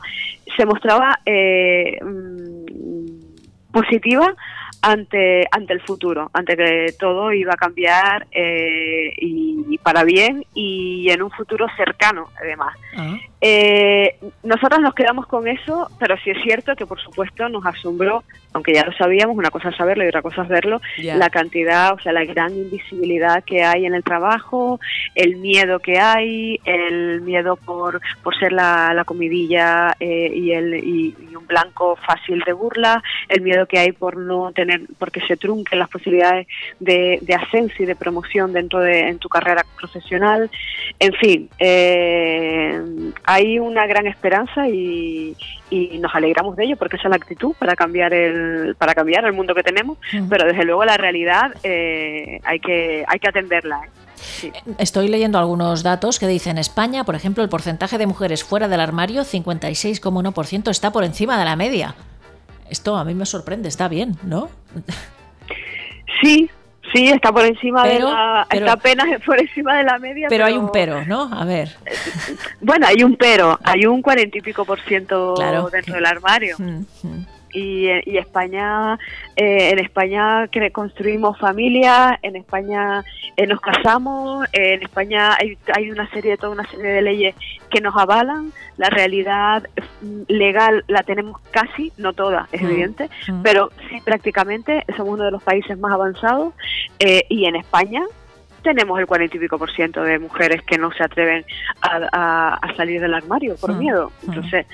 se mostraba eh, mm, positiva ante, ante el futuro, ante que todo iba a cambiar eh, y, y para bien y en un futuro cercano, además. Ah. Eh, nosotros nos quedamos con eso, pero sí es cierto que, por supuesto, nos asombró, aunque ya lo sabíamos, una cosa es saberlo y otra cosa es verlo, Ya. la cantidad, o sea, la gran invisibilidad que hay en el trabajo, el miedo que hay, el miedo por, por ser la, la comidilla eh, y, el, y, y un blanco fácil de burla, el miedo que hay por no tener, porque se trunquen las posibilidades de, de ascenso y de promoción dentro de en tu carrera profesional. En fin, eh, hay una gran esperanza y, y nos alegramos de ello porque esa es la actitud para cambiar el para cambiar el mundo que tenemos. Ujú. Pero desde luego la realidad eh, hay que hay que atenderla. ¿eh? Sí. Estoy leyendo algunos datos que dicen España, por ejemplo, el porcentaje de mujeres fuera del armario, 56,1%, está por encima de la media. Esto a mí me sorprende, está bien, ¿no? sí, sí, está por encima Pero- de la pero- está apenas [laughs] por encima de la media. Pero hay un pero, ¿no? A ver. Bueno, hay un pero, hay un cuarenta y pico por ciento Claro. dentro del armario. Mm, mm. y, y España eh, en España cre- construimos familias en España eh, nos casamos eh, en España hay, hay una serie toda una serie de leyes que nos avalan la realidad mm, legal la tenemos casi no toda es Mm, evidente mm. pero sí prácticamente somos uno de los países más avanzados eh, y en España tenemos el cuarenta y pico por ciento de mujeres que no se atreven a, a- a salir del armario por Mm, miedo mm. entonces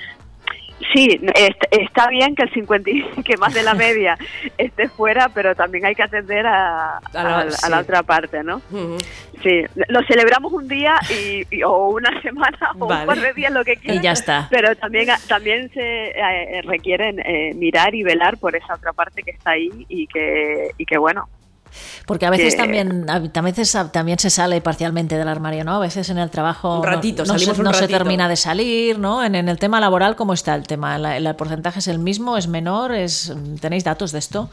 Sí, est- está bien que el 50 y- [laughs] que más de la media esté fuera, pero también hay que atender a, A la- a la- a sí. la otra parte, ¿no? Ujú. Sí, lo celebramos un día y, y- o una [laughs] semana o Vale. un par de días, lo que Y quieras. ya está. Pero también también se eh, requieren eh, mirar y velar por esa otra parte que está ahí y que y que bueno. Porque a veces que- también a a veces a- también se sale parcialmente del armario, ¿no? A veces en el trabajo Un ratito, no, no salimos se, un no se ratito. termina de salir, ¿no? En, en el tema laboral, ¿cómo está el tema? ¿La- ¿El, porcentaje es el mismo? ¿Es menor? Es, ¿Tenéis datos de esto?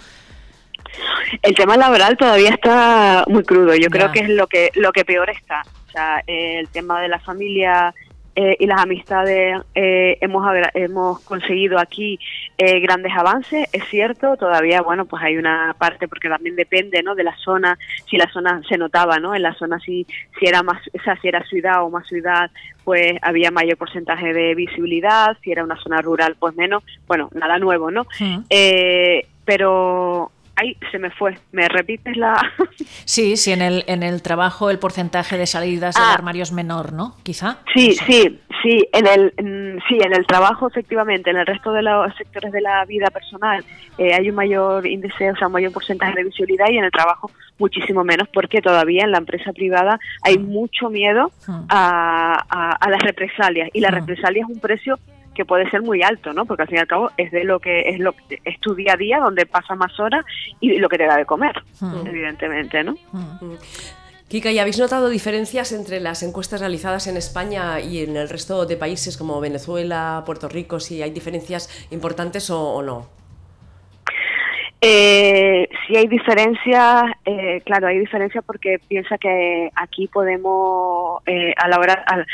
El tema laboral todavía está muy crudo. Yo Ya. creo que es lo que lo que peor está. O sea, eh, el tema de la familia eh, y las amistades eh, hemos agra- hemos conseguido aquí eh, grandes avances. Es cierto, todavía bueno, pues hay una parte porque también depende, ¿no? De la zona. Si la zona se notaba, ¿no? En la zona si si era más, o sea, si era ciudad o más ciudad, pues había mayor porcentaje de visibilidad. Si era una zona rural, pues menos. Bueno, nada nuevo, ¿no? Mm. Eh, pero. Ay, se me fue. ¿Me repites la.? [laughs] Sí, sí, en el, en el trabajo el porcentaje de salidas del Ah. armario es menor, ¿no? Quizá. Sí, sí, sí. En el, mm, sí, en el trabajo, efectivamente. En el resto de los sectores de la vida personal eh, hay un mayor índice, o sea, un mayor porcentaje de visibilidad y en el trabajo muchísimo menos, porque todavía en la empresa privada hay mucho miedo Mm. a, a- a las represalias. Y la Mm. represalia es un precio que puede ser muy alto, ¿no? Porque al fin y al cabo es de lo que es lo es tu día a día donde pasas más horas y lo que te da de comer, Mm. evidentemente, ¿no? Mm. Kika, ¿y habéis notado diferencias entre las encuestas realizadas en España y en el resto de países como Venezuela, Puerto Rico? ¿Si hay diferencias importantes o, o no? Eh, sí hay diferencias, eh, claro, hay diferencias porque piensa que aquí podemos, eh, a la hora, al-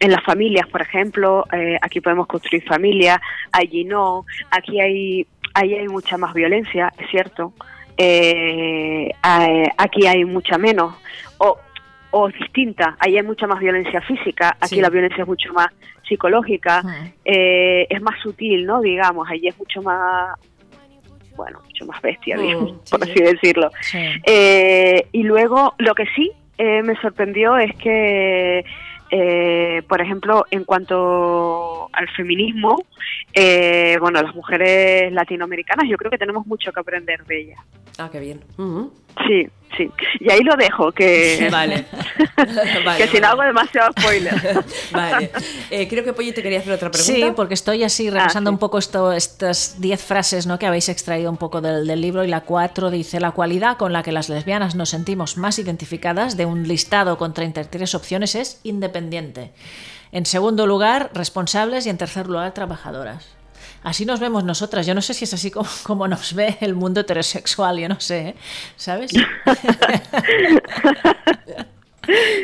en las familias, por ejemplo, eh, aquí podemos construir familias, allí no, aquí hay, ahí hay mucha más violencia, es cierto, eh, eh, aquí hay mucha menos, o, o distinta, ahí hay mucha más violencia física, aquí Sí. la violencia es mucho más psicológica, Mm. eh, es más sutil, ¿no? Digamos, allí es mucho más, bueno, mucho más bestia, Mm, digamos, sí, por sí. así decirlo. Sí. Eh, y luego, lo que sí eh, me sorprendió es que, eh, por ejemplo, en cuanto al feminismo, eh, bueno, las mujeres latinoamericanas, yo creo que tenemos mucho que aprender de ellas. Ah, qué bien. Ujú. Sí, sí. Y ahí lo dejo, que, [laughs] Vale. Vale, Eh, que si vale. no hago demasiado [laughs] spoiler. Vale. Eh, creo que Polly te quería hacer otra pregunta. Sí, pues, porque estoy así repasando Ah, sí. un poco esto, estas 10 frases ¿no? que habéis extraído un poco del, del libro y la 4 dice la cualidad con la que las lesbianas nos sentimos más identificadas de un listado con 33 opciones es independiente. En segundo lugar, responsables y en tercer lugar, trabajadoras. Así nos vemos nosotras. Yo no sé si es así como, como nos ve el [laughs] mundo heterosexual, yo no sé, ¿eh? ¿sabes?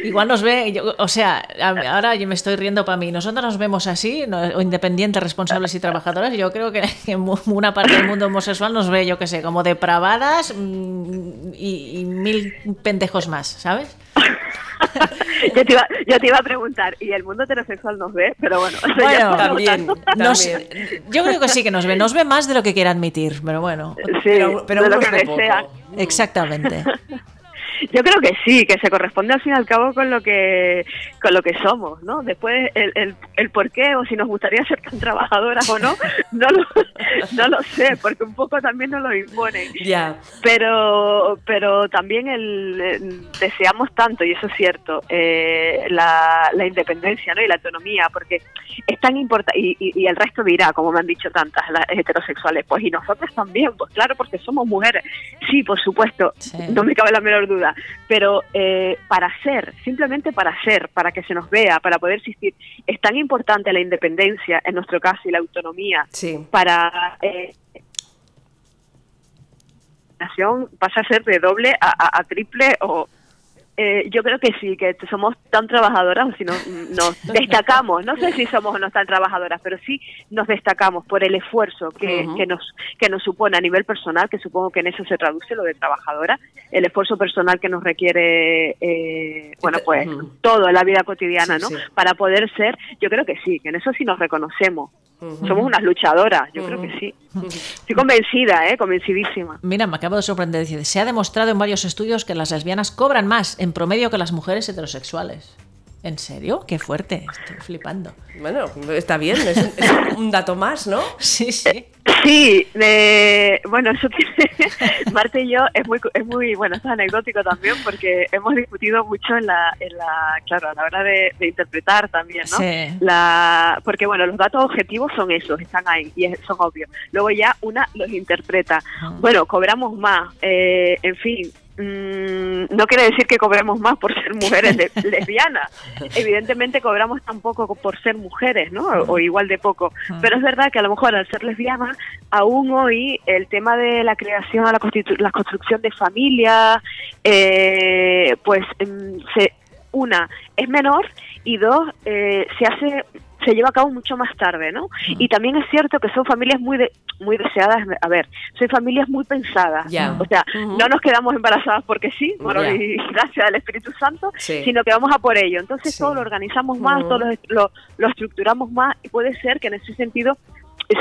Igual nos ve, yo- o sea, a- ahora yo me estoy riendo para mí. Nosotros nos vemos así, no- o independientes, responsables y trabajadoras. y Yo creo que, que mu- una parte del mundo homosexual nos ve, yo qué sé, como depravadas mm, y, y mil pendejos más, ¿sabes? yo, te iba, yo te iba a preguntar, ¿y el mundo heterosexual nos ve? Pero bueno, eso ya Bueno, es otra también, cosa. No sé, También. yo creo que sí que nos ve, nos ve más de lo que quiera admitir, pero bueno, Sí, pero pero de lo unos que de poco. desean. exactamente. Yo creo que sí, que se corresponde al fin y al cabo con lo que con lo que somos, ¿no? Después el, el, el por qué o si nos gustaría ser tan trabajadoras o no, no lo, [laughs] no lo sé, porque un poco también nos lo imponen. Ya, Pero pero también el eh, deseamos tanto, y eso es cierto, eh, la, la independencia ¿no? y la autonomía, porque es tan importante, y, y- y el resto dirá, como me han dicho tantas las heterosexuales, pues y nosotras también, pues claro, porque somos mujeres, sí, por supuesto, Sí. no me cabe la menor duda, pero eh, para ser, simplemente para ser, para que se nos vea, para poder existir, es tan importante la independencia, en nuestro caso, y la autonomía, sí. para eh, nación pasa a ser de doble a, a- a triple o eh, yo creo que sí que somos tan trabajadoras o si no nos [laughs] destacamos no sé si somos o no tan trabajadoras pero sí nos destacamos por el esfuerzo que, Ujú. que nos que nos supone a nivel personal que supongo que en eso se traduce lo de trabajadora el esfuerzo personal que nos requiere eh, bueno pues Ujú. todo en la vida cotidiana Sí, no sí. para poder ser yo creo que sí que en eso sí nos reconocemos Ujú. somos unas luchadoras, yo creo que sí. Estoy convencida, ¿eh? convencidísima. Mira, me acabo de sorprender. Dice, se ha demostrado en varios estudios que las lesbianas cobran más en promedio que las mujeres heterosexuales. ¿En serio? Qué fuerte, estoy flipando. Bueno, está bien, es un, es un dato más, ¿no? Sí, sí. Sí, eh, bueno, eso tiene. [laughs] Marta y yo es muy, cu- es muy, bueno, esto es anecdótico también porque hemos discutido mucho en la, en la claro, a la hora de, de interpretar también, ¿no? Sí. La, porque bueno, los datos objetivos son esos, están ahí y es- son obvios. Luego ya una los interpreta. Ah. Bueno, cobramos más, eh, en fin. mm, no quiere decir que cobremos más por ser mujeres le- lesbianas. Evidentemente cobramos tampoco por ser mujeres, ¿no? O, o igual de poco. Pero es verdad que a lo mejor al ser lesbianas, aún hoy el tema de la creación, la, constitu- la construcción de familias, eh, pues mm, se, una es menor y dos eh, se hace se lleva a cabo mucho más tarde, ¿no? Y también es cierto que son familias muy de- muy deseadas, a ver, son familias muy pensadas, Ya. o sea, Ujú. no nos quedamos embarazadas porque sí, bueno, Ya. y [laughs] gracias al Espíritu Santo, Sí. sino que vamos a por ello. Entonces Sí. todo lo organizamos más, Ujú. todo lo, lo- lo estructuramos más y puede ser que en ese sentido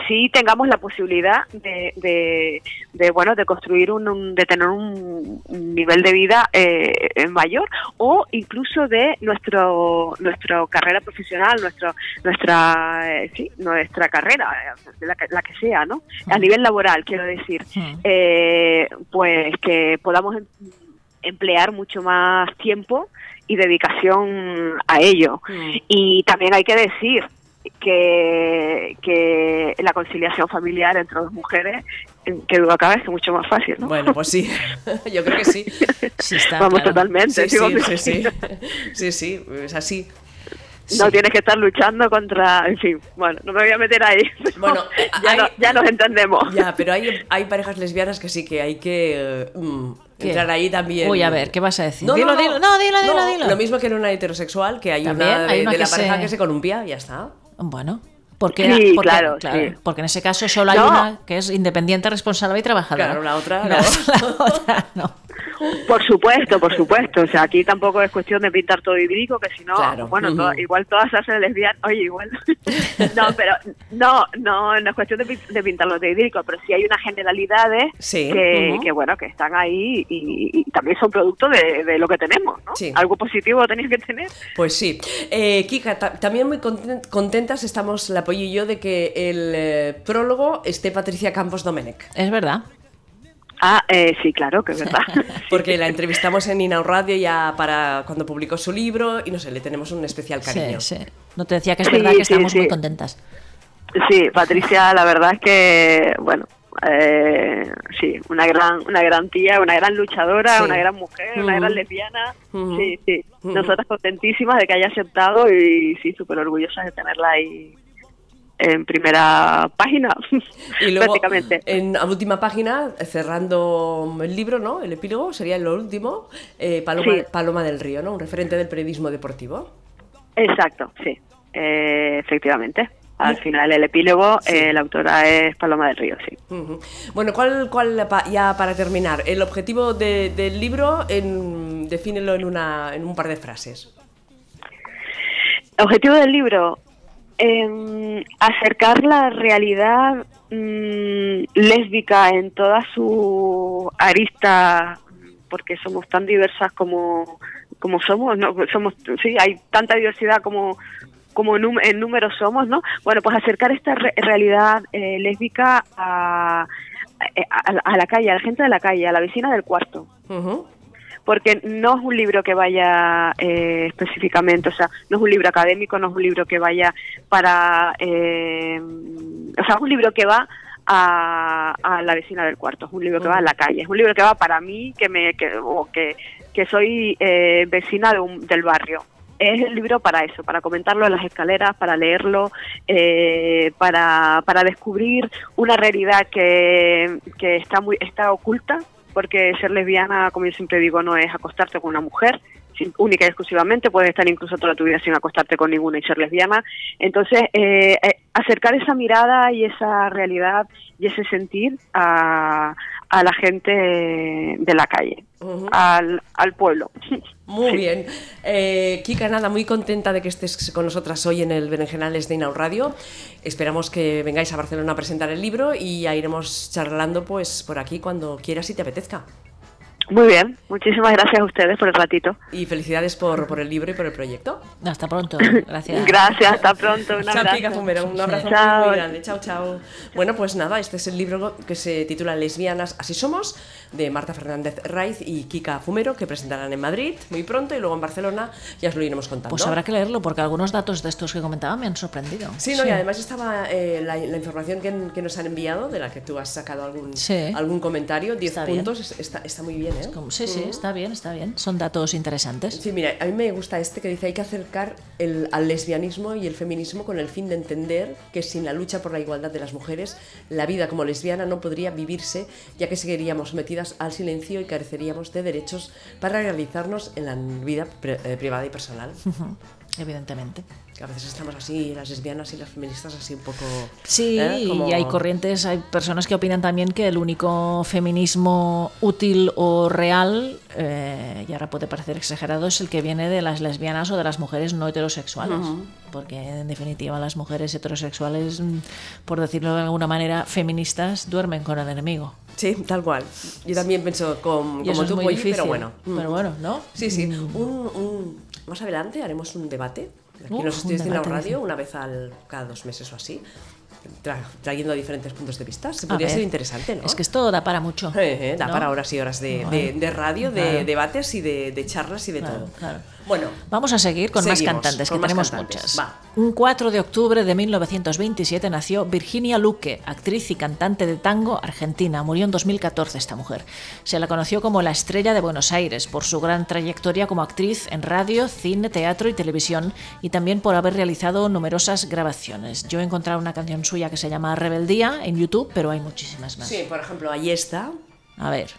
sí tengamos la posibilidad de, de- de, bueno de construir un, un- de tener un, un nivel de vida eh, eh, mayor o incluso de nuestro nuestra carrera profesional nuestro nuestra eh, sí, nuestra carrera eh, la, que- la que sea no a nivel laboral quiero decir eh, pues que podamos em- emplear mucho más tiempo y dedicación a ello. Mm. Y también hay que decir que, que la conciliación familiar entre dos mujeres, eh, que duda cabe, es mucho más fácil, ¿no? Bueno, pues sí, [laughs] yo creo que sí. Sí, está, Vamos claro. [laughs] totalmente, Sí, sí, digo, sí, sí. [laughs] Sí, sí, es así. no Sí. [laughs] tienes que estar luchando contra, en fin, bueno, no me voy a meter ahí. pero [laughs] Bueno, ya, hay- no- ya nos entendemos. Ya, pero hay, hay parejas lesbianas que sí que hay que eh, mm, ¿Qué? entrar ahí también. Uy, a ver, ¿qué vas a decir? Dilo, dilo. No, dilo, dilo, dilo. Lo mismo que en una heterosexual, que hay También una de, hay una de que la pareja se- que se columpia, ya está. Bueno, porque, Sí, porque- claro, sí. porque en ese caso solo hay No. una que es independiente, responsable y trabajadora. Claro, la otra No, no. [laughs] la otra no. Por supuesto, por supuesto. O sea, aquí tampoco es cuestión de pintar todo idílico, que si no, Claro. bueno, Ujú. to- igual todas se hacen lesbianas. Oye, igual. [laughs] no, pero no, no, no es cuestión de, pin- de pintarlo todo idílico, pero sí hay unas generalidades Sí. que, Ujú. que, bueno, que están ahí y, y también son producto de, de lo que tenemos, ¿no? Sí. Algo positivo tenías que tener. Pues sí. Eh, Kika, ta- también muy conten- contentas estamos la Polly y yo de que el eh, prólogo esté Patricia Campos Domenech. Es verdad. Ah, eh, sí, claro, que es verdad. [laughs] Porque la entrevistamos en Inau Radio ya para cuando publicó su libro y no sé, le tenemos un especial cariño. Sí, sí. No te decía que es Sí, verdad que sí, estamos sí. muy contentas. Sí, Patricia, la verdad es que, bueno, eh, sí, una gran, una gran tía, una gran luchadora, Sí. una gran mujer, una gran lesbiana. Ujú. Sí, sí. Ujú. Nosotras contentísimas de que haya aceptado y sí, súper orgullosas de tenerla ahí en primera página, Y luego, prácticamente. en la última página, cerrando el libro, ¿no? El epílogo sería lo último, eh, Paloma, Sí. Paloma del Río, ¿no? Un referente del periodismo deportivo. Exacto, sí, Eh, efectivamente. Al final, el epílogo, eh, la autora es Paloma del Río, sí. Ujú. Bueno, ¿cuál, cuál pa- ya para terminar? El objetivo de- del libro, en, defínelo en, una, en un par de frases. Objetivo del libro, em, acercar la realidad mm, lésbica en todas sus aristas, porque somos tan diversas como, como somos, ¿no? Pues Somos, sí, hay tanta diversidad como como num- en números somos, ¿no? Bueno, pues acercar esta re- realidad eh, lésbica a, a- a- a la calle, a la gente de la calle, a la vecina del cuarto Ujú. porque no es un libro que vaya eh, específicamente, o sea, no es un libro académico, no es un libro que vaya para, eh, o sea, es un libro que va a, a la vecina del cuarto, es un libro que va a la calle, es un libro que va para mí, que me, que, o que, que soy eh, vecina de un- del barrio. Es el libro para eso, para comentarlo en las escaleras, para leerlo, eh, para, para descubrir una realidad que, que está muy está oculta, porque ser lesbiana, como yo siempre digo, no es acostarte con una mujer, sin- única y exclusivamente, puedes estar incluso toda tu vida sin acostarte con ninguna y ser lesbiana. Entonces, eh, eh, acercar esa mirada y esa realidad y ese sentir a, a la gente de la calle, Ujú. al, al pueblo. [laughs] Muy bien. Eh, Kika, nada, muy contenta de que estés con nosotras hoy en el Berenjenales de Inaud Radio. Esperamos que vengáis a Barcelona a presentar el libro y ya iremos charlando pues por aquí cuando quieras y te apetezca. Muy bien, muchísimas gracias a ustedes por el ratito. Y felicidades por, por el libro y por el proyecto. Hasta [clears throat] pronto. Gracias. Gracias, hasta pronto. Un Chao, abrazo. Kika Fumero, un abrazo muy, Chao. muy grande. Chao, chao. Bueno, pues nada, este es el libro que se titula Lesbianas, así somos, de Marta Fernández Raiz y Kika Fumero, que presentarán en Madrid muy pronto y luego en Barcelona, ya os lo iremos contando. Pues habrá que leerlo porque algunos datos de estos que comentaba me han sorprendido. Sí, no, y además estaba eh, la, la información que, que nos han enviado, de la que tú has sacado algún, Sí. algún comentario, 10 Está bien. puntos, es- está, está muy bien, ¿eh? Como- Sí, sí, está bien, está bien. Son datos interesantes. Sí, mira, a mí me gusta este que dice hay que acercar el, al lesbianismo y el feminismo con el fin de entender que sin la lucha por la igualdad de las mujeres, la vida como lesbiana no podría vivirse, ya que seguiríamos sometidas al silencio y careceríamos de derechos para realizarnos en la vida pre- eh, privada y [laughs] personal. Ujú, Evidentemente. Que a veces estamos así, las lesbianas y las feministas así un poco... Sí, ¿eh? Como- y hay corrientes, hay personas que opinan también que el único feminismo útil o real, eh, y ahora puede parecer exagerado, es el que viene de las lesbianas o de las mujeres no heterosexuales. Porque en definitiva las mujeres heterosexuales, mm, por decirlo de alguna manera, feministas, duermen con el enemigo. Sí, tal cual. Yo también pienso com- Y eso como es tú, muy Polly, difícil. pero bueno. Mm. Pero bueno, ¿no? Sí, sí. Mm. Un- un- más adelante haremos un debate. Aquí Uf, nos estoy un haciendo debate, radio dice. una vez al, cada dos meses o así, tra- trayendo diferentes puntos de vista. Se A podría ver, ser interesante, ¿no? Es que esto da para mucho. [laughs] Eh, eh, da ¿no? para horas y horas de, de- de radio, de Claro. debates y de, de charlas y de Claro, todo. claro. Bueno, Vamos a seguir con más Seguimos, cantantes, con que más tenemos cantantes. muchas. Va. Un 4 de octubre de 1927 nació Virginia Luque, actriz y cantante de tango argentina. Murió en 2014 esta mujer. Se la conoció como la estrella de Buenos Aires por su gran trayectoria como actriz en radio, cine, teatro y televisión y también por haber realizado numerosas grabaciones. Yo he encontrado una canción suya que se llama Rebeldía en YouTube, pero hay muchísimas más. sí, por ejemplo, ahí está. A ver.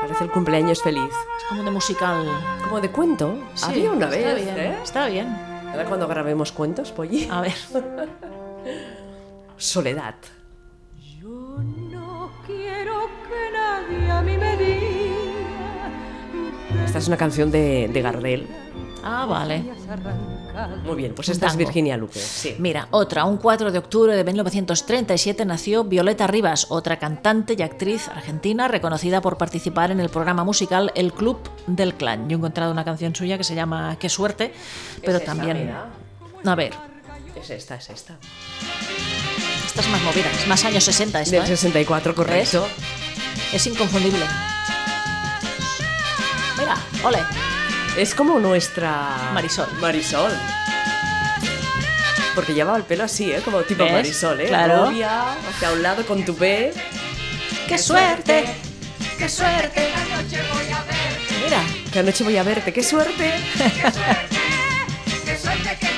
Parece el cumpleaños feliz. Es como de musical. Como de cuento. Sí, Había una vez, está bien, ¿eh? Está bien. Ahora cuando grabemos cuentos, Polly? A ver. Soledad. Yo no quiero que nadie a mí me diga Esta es una canción de, de Gardel. Ah, vale. has arrancado. Muy bien, pues Un esta es tango. Virginia Luque. Sí. Mira, otra, un 4 de octubre de 1937 nació Violeta Rivas, otra cantante y actriz argentina reconocida por participar en el programa musical El Club del Clan. Yo he encontrado una canción suya que se llama Qué suerte, pero esa, también... mira. A ver, Es esta, es esta. esta es más movida, es más años 60 esto, Del ¿eh? 64, correcto. es inconfundible. Mira, ole, Es como nuestra. Marisol. Marisol. Porque llevaba el pelo así, ¿eh? Como tipo ¿Ves? Marisol, ¿eh? Claro. Rubia, hacia un lado con tu B. qué suerte, qué suerte. Mira, Que anoche voy a verte, qué suerte. que soy de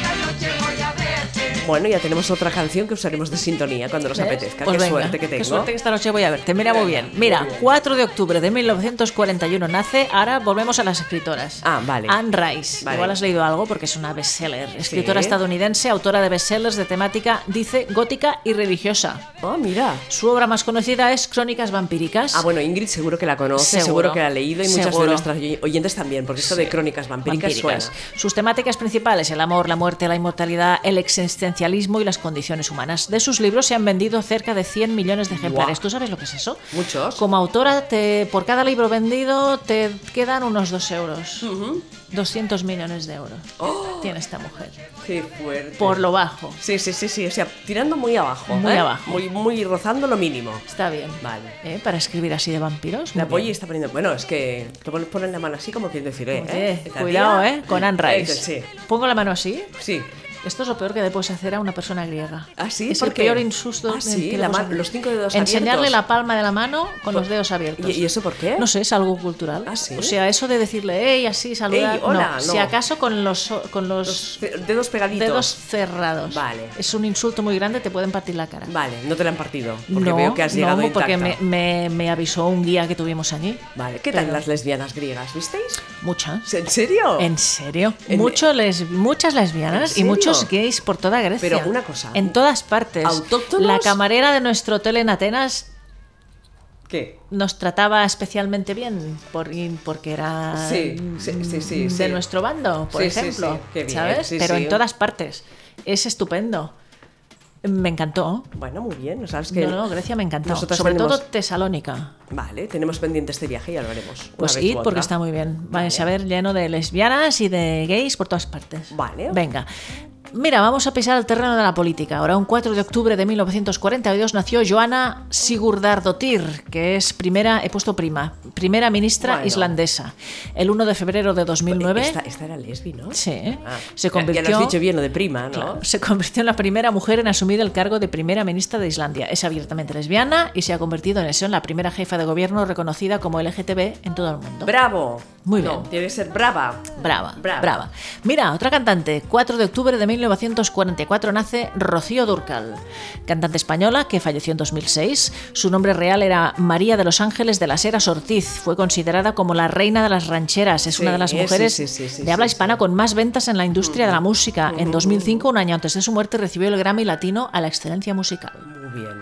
Bueno, ya tenemos otra canción que usaremos de sintonía cuando nos ¿Ves? apetezca. Pues qué venga, suerte que tengo. Qué suerte que esta noche voy a verte. Mira muy bien. Mira, 4 de octubre de 1941 nace. Ahora volvemos a las escritoras. Ah, vale. Anne Rice. Vale. Igual has leído algo porque es una bestseller. Escritora Sí. estadounidense, autora de bestsellers de temática, dice, gótica y religiosa. Oh, mira. Su obra más conocida es Crónicas vampíricas. Ah, bueno, Ingrid seguro que la conoce, seguro, Seguro. que la ha leído y muchas de Seguro. nuestras oy- oyentes también, porque esto de crónicas vampíricas, vampíricas. suena. Sus temáticas principales, el amor, la muerte, la inmortalidad, el existencialismo y las condiciones humanas. De sus libros se han vendido cerca de 100 millones de ejemplares. Guau. ¿Tú sabes lo que es eso? Muchos. Como autora, te- por cada libro vendido te quedan unos 2 euros. Hmm. 200 millones de euros Oh. tiene esta mujer. Qué fuerte. Por lo bajo. Sí, sí, sí, sí, o sea, tirando muy abajo. Muy ¿eh? abajo. Muy, muy rozando lo mínimo. Está bien. Vale. ¿Eh? Para escribir así de vampiros. La muy Polly bien. está poniendo. Bueno, es que te pon- ponen la mano así como quien decir, eh. Oye, Esta cuidado, tía- ¿eh? Con Anne Rice. Eso, sí, Pongo la mano así. sí. Esto es lo peor que le puedes hacer a una persona griega. Así es porque- el peor insusto. Ah, sí, que le la puedes ma- hacer. los cinco dedos Enseñarle abiertos. Pues, la palma de la mano con los dedos abiertos. ¿Y, y eso por qué? No sé, es algo cultural. Ah, ¿sí? O sea, eso de decirle, hey, así, saludar. Ey, hola, no. Si acaso con los, con los, Los ce- dedos pegaditos. Pues dedos cerrados. Vale. Es un insulto muy grande, te pueden partir la cara. Vale, no te la han partido. Porque no, veo que has llegado no, intacta. porque me, me- me avisó un guía que tuvimos allí. Vale, ¿qué tal Pero- las lesbianas griegas? ¿Visteis? Muchas. ¿En serio? ¿En serio? En- Mucho les, muchas lesbianas ¿En y muchos serio? gays por toda Grecia. Pero una cosa, En todas partes. ¿autóctonos? La camarera de nuestro hotel en Atenas ¿Qué? nos trataba especialmente bien por, porque era Sí, sí, sí, sí, de sí. nuestro bando, por Sí, sí, ejemplo. sí, qué bien, ¿Sabes? sí, Pero sí. en todas partes. Es estupendo. Me encantó. Bueno, muy bien, sabes que. no, no, Grecia me encantó. nosotras Sobre tenemos- todo Tesalónica. Vale, tenemos pendiente este viaje y ya lo haremos. una Pues vez id u porque otra. está muy bien. Vais a ver lleno de lesbianas y de gays por todas partes. Vale. Venga. Mira, vamos a pisar el terreno de la política. Ahora, un 4 de octubre de 1942 nació Joana Sigurdardóttir, que es primera, he puesto prima, primera ministra Bueno. Pues, islandesa. El 1 de febrero de 2009 Esta, esta era lesbi, ¿no? Sí. Ah, se ya- Ya lo convirtió has dicho bien lo de prima, ¿no? Claro, se convirtió en la primera mujer en asumir el cargo de primera ministra de Islandia. Es abiertamente lesbiana y se ha convertido en eso en la primera jefa de gobierno reconocida como LGTB en todo el mundo. ¡Bravo! Muy No, bien. tiene que ser brava. Brava, Brava. brava, Mira, otra cantante. 4 de octubre de 1944 nace Rocío Durcal, cantante española que falleció en 2006. Su nombre real era María de los Ángeles de las Heras Ortiz. Fue considerada como la reina de las rancheras. Es Sí, una de las eh, sí, mujeres sí, sí, sí, de habla sí, hispana con más ventas en la industria de la música. En 2005, un año antes de su muerte, recibió el Grammy Latino a la excelencia musical. Muy bien.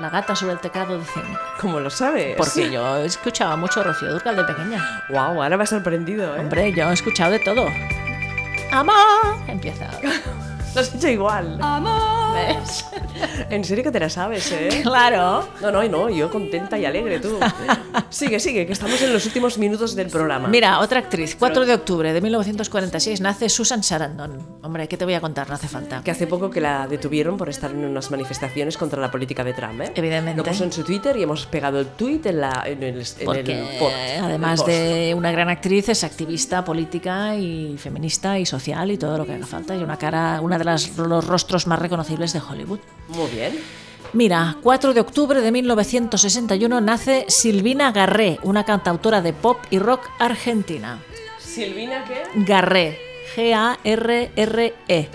La gata sobre el teclado de cine. ¿Cómo lo sabes? Porque yo escuchaba mucho a Rocío Durcal de pequeña. Wow, ahora me has sorprendido, ¿eh? Hombre, yo he escuchado de todo. ¡Amor! Empieza. [laughs] Lo has hecho igual. ¿Ves? En serio que te la sabes, ¿eh? Claro. No, no, y no, yo contenta y alegre, [laughs] tú. Sigue, sigue, que estamos en los últimos minutos del programa. Mira, otra actriz. 4 de octubre de 1946 nace Susan Sarandon. Hombre, ¿qué te voy a contar? No hace falta. Que hace poco que la detuvieron por estar en unas manifestaciones contra la política de Trump, ¿eh? Evidentemente. Lo puso en su Twitter y hemos pegado el tweet en, la, en el, en Porque el post. además en el post. de una gran actriz, es activista política y feminista y social y todo lo que haga falta. Y una cara, una de las, los rostros más reconocibles de Hollywood. Muy bien. Mira, 4 de octubre de 1961 nace Silvina Garré, una cantautora de pop y rock argentina. Silvina, ¿qué? Garré. G-A-R-R-E.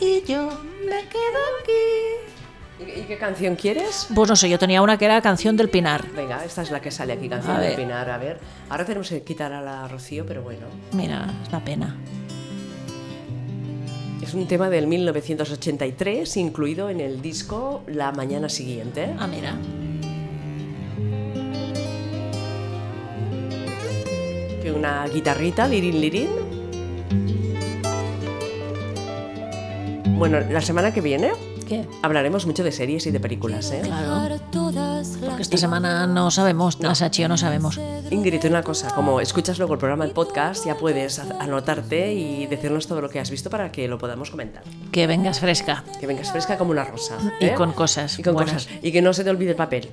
Y yo me quedo aquí. ¿Y, y qué canción quieres? Pues no sé, yo tenía una que era Canción del Pinar. Venga, esta es la que sale aquí, canción A de ver. Pinar. A ver, ahora tenemos que quitar a la Rocío, pero bueno. Mira, es la pena. Es un tema del 1983, incluido en el disco La Mañana Siguiente. Ah, mira. Que una guitarrita, lirin lirin. Bueno, la semana que viene ¿Qué? hablaremos mucho de series y de películas, ¿eh? Claro. Porque esta semana no sabemos, las H no sabemos. Ingrid, una cosa, como escuchas luego el programa en podcast, ya puedes a- anotarte y decirnos todo lo que has visto para que lo podamos comentar. Que vengas fresca. Que vengas fresca como una rosa. Y ¿eh? con cosas Y con buenas. cosas. Y que no se te olvide el papel.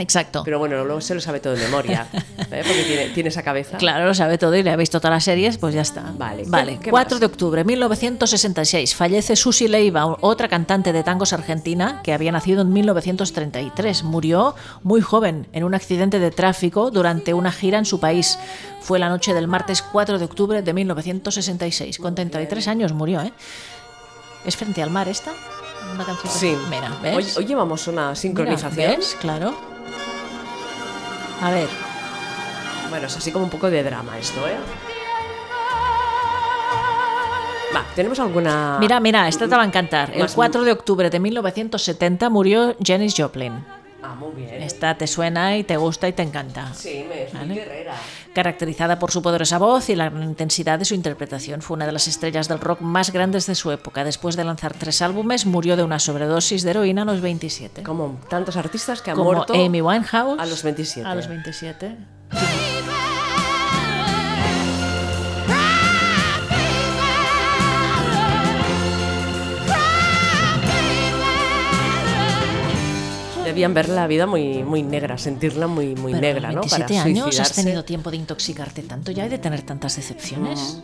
Exacto. Pero bueno, luego se lo sabe todo de memoria, ¿eh? porque tiene, tiene esa cabeza. Claro, lo sabe todo y le ha visto todas las series, pues ya está. Vale, ¿qué- vale. qué 4 más? de octubre de 1966 fallece Susi Leiva, o- otra cantante de tangos argentina que había nacido en 1933. Murió muy joven en un accidente de tráfico durante una gira en su país. Fue la noche del martes 4 de octubre de 1966. Con 33 años murió, ¿eh? ¿Es frente al mar esta? Una canción. Sí. Mira, ¿ves? Hoy, hoy llevamos una Mira, sincronización. ¿ves? Claro. A ver, Bueno, es así como un poco de drama esto, ¿eh? Va, ¿tenemos alguna...? mira, mira, esta te va a encantar. El Más- 4 de octubre de 1970 murió Janis Joplin. Ah, muy bien. Esta te suena y te gusta y te encanta. Sí, me es muy Vale. guerrera. Caracterizada por su poderosa voz y la gran intensidad de su interpretación, fue una de las estrellas del rock más grandes de su época. Después de lanzar tres álbumes, murió de una sobredosis de heroína a los 27. Como tantos artistas que han Como muerto... Amy Winehouse. a los 27. A los 27. Debían ver la vida muy, muy negra, sentirla muy, muy Pero a negra, los ¿no? 27 Para años has suicidarse. tenido tiempo de intoxicarte tanto ya y de tener tantas decepciones.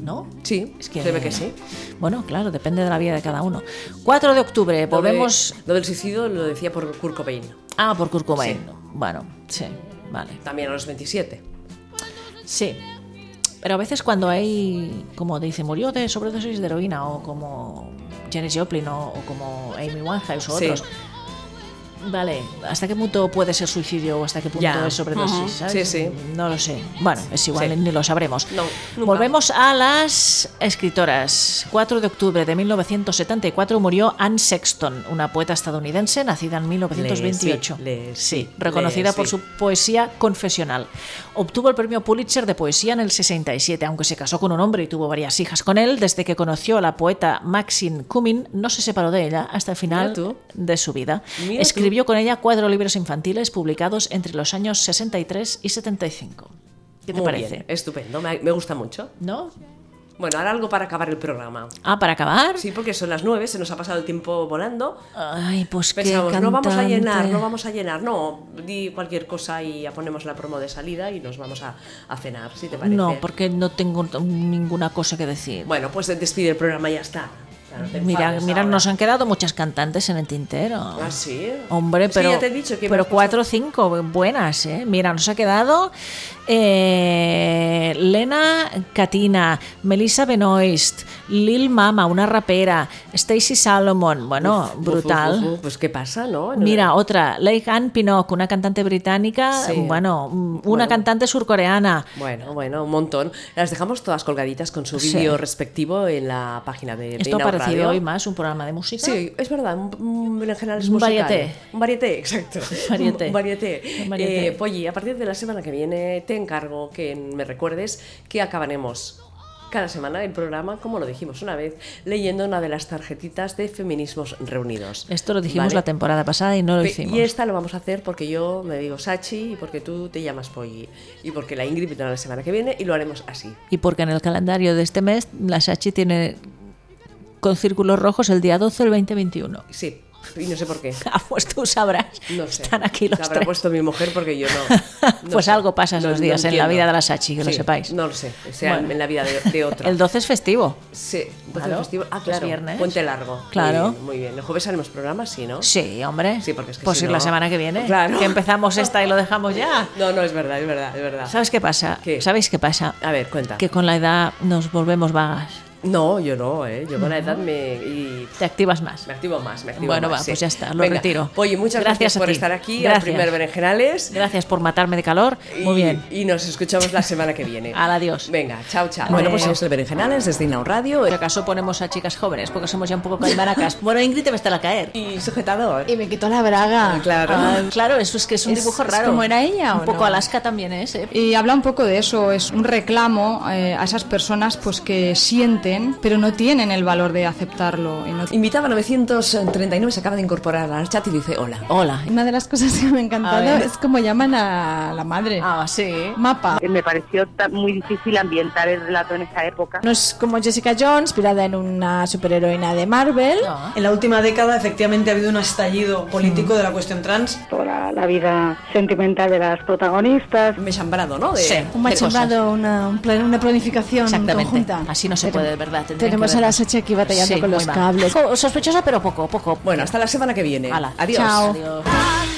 ¿No? Sí, Es que, se ve que sí. Bueno, claro, depende de la vida de cada uno. 4 de octubre, Lo de- volvemos. Lo, del suicidio lo decía por Kurt Cobain, Ah, por Kurt Cobain. Sí. Bueno, sí, vale. también a los 27. Sí. Pero a veces cuando hay, como dice, murió de sobredosis de heroína o como Janis Joplin o, o como Amy Winehouse o Sí. otros. Vale, ¿hasta qué punto puede ser suicidio o hasta qué punto Ya. es sobredosis? Ujú. ¿sabes? Sí, sí. No lo sé. Bueno, es igual, Sí. ni lo sabremos. No, nunca. Volvemos a las escritoras. 4 de octubre de 1974 murió Anne Sexton, una poeta estadounidense nacida en 1928. Le- sí, le- sí, sí, reconocida le- por sí. su poesía confesional. Obtuvo el premio Pulitzer de poesía en el 67, aunque se casó con un hombre y tuvo varias hijas con él. Desde que conoció a la poeta Maxine Cumming, no se separó de ella hasta el final Mira tú. de su vida. Mira Escribió con ella cuatro libros infantiles publicados entre los años 63 y 75. ¿Qué te Muy parece? bien, estupendo, me, me gusta mucho. ¿No? Bueno, ahora algo para acabar el programa. Ah, para acabar. Sí, porque son las 9, se nos ha pasado el tiempo volando. Ay, pues qué Pensamos, no vamos a cantante. llenar, no vamos a llenar, no, di cualquier cosa y ya ponemos la promo de salida y nos vamos a, a cenar, si te parece. No, porque no tengo t- ninguna cosa que decir. Bueno, pues despide el programa y ya está. Claro, te Mira, enfades mira, ahora. nos han quedado muchas cantantes en el tintero. Ah, sí. Hombre, Es que pero, ya te he dicho que me pero has puesto- cuatro o cinco buenas, ¿eh? Mira, nos ha quedado eh, Lena Katina, Melissa Benoist, Lil Mama, una rapera, Stacy Salomon, bueno, Uf, uf, brutal. uf, uf, Pues qué pasa, ¿no? En Mira, el- otra, Lake Ann Pinnock, una cantante británica, Sí. bueno, mm, una Bueno. cantante surcoreana. Bueno, bueno, un montón. Las dejamos todas colgaditas con su Sí. vídeo respectivo en la página de Esto ha Inaud parecido Radio. hoy más un programa de música. Sí, es verdad, un- un- en general es Un musical. varieté. Un varieté, [laughs] exacto. varieté. Un varieté. Un varieté. Eh, Polly, a partir de la semana que viene te encargo que me recuerdes que acabaremos cada semana el programa, como lo dijimos una vez, leyendo una de las tarjetitas de Feminismos Reunidos. Esto lo dijimos ¿Vale? la temporada pasada y no lo Pe- hicimos. Y esta lo vamos a hacer porque yo me digo Sachi y porque tú te llamas Polly y porque la Ingrid vendrá la semana que viene y lo haremos así. Y porque en el calendario de este mes la Sachi tiene con círculos rojos el día 12, el 2021. Sí, y no sé por qué. Ah, pues tú sabrás. No sé. Están aquí los Lo habrá tres. puesto mi mujer porque yo [laughs] no. no Pues sé. algo pasa esos días en la entiendo. vida de la Sachi, que lo Sí, sepáis. No lo sé, o sea, Bueno. en la vida de, [laughs] de otro. El 12 es festivo. Sí, entonces Claro, festivo- Ah, los claro. viernes. Puente largo. Muy Claro. bien, Muy bien. El jueves haremos programas, sí, ¿no? Sí, hombre. Sí, porque es que pues si ir la no- semana que viene. Claro. Que empezamos esta y lo dejamos ya. No, no, es verdad, es verdad, es verdad. ¿Sabes qué pasa? ¿Qué? ¿Sabéis qué pasa? A ver, cuenta. Que con la edad nos volvemos vagas. No, yo no, ¿eh? Yo con la edad me. y- Te activas más. Me activo más, me activo Bueno, más. va, sí. pues ya está, lo Venga, retiro. Oye, muchas gracias, Gracias a por ti. estar aquí, Gracias. al primer Berenjenales. Gracias por matarme de calor. Muy Y- bien. Y nos escuchamos la semana que viene. [laughs] Al adiós. Venga, chao, chao. Bueno, pues es el Berenjenales desde Inau Radio. Por acaso ponemos a chicas jóvenes, porque somos ya un [laughs] poco calmaracas. Bueno, Ingrid te va a estar a caer. Y sujetador. Y me quitó la braga. Claro. Ah, claro, eso es que es un Es- dibujo es raro. como era ella, Un ¿o poco no? Alaska también es, ¿eh? Y habla un poco de eso, es un reclamo eh, a esas personas pues que sienten, pero no tienen el valor de aceptarlo. y no- Invitaba 939, se acaba de incorporar al chat y dice hola. Hola. Una de las cosas que me ha encantado ver. es como llaman a la madre. Ah, sí. Mapa. Me pareció ta- muy difícil ambientar el relato en esa época. No es como Jessica Jones, inspirada en una superheroína de Marvel. No. En la última década, efectivamente, ha habido un estallido político de la cuestión trans. toda la Ah. vida sentimental de las protagonistas. Un mechambrado, ¿no? De- Sí. Un Qué cosas. machembrado, una, un plan- una planificación Exactamente. conjunta. Así no se puede, de verdad. tendrían tenemos que a la vernos. Sachi aquí batallando con los muy mal. cables. Co- Sospechosa, pero poco, poco. Bueno, hasta la semana que viene. Hala. Adiós. Chao. Adiós. Adiós.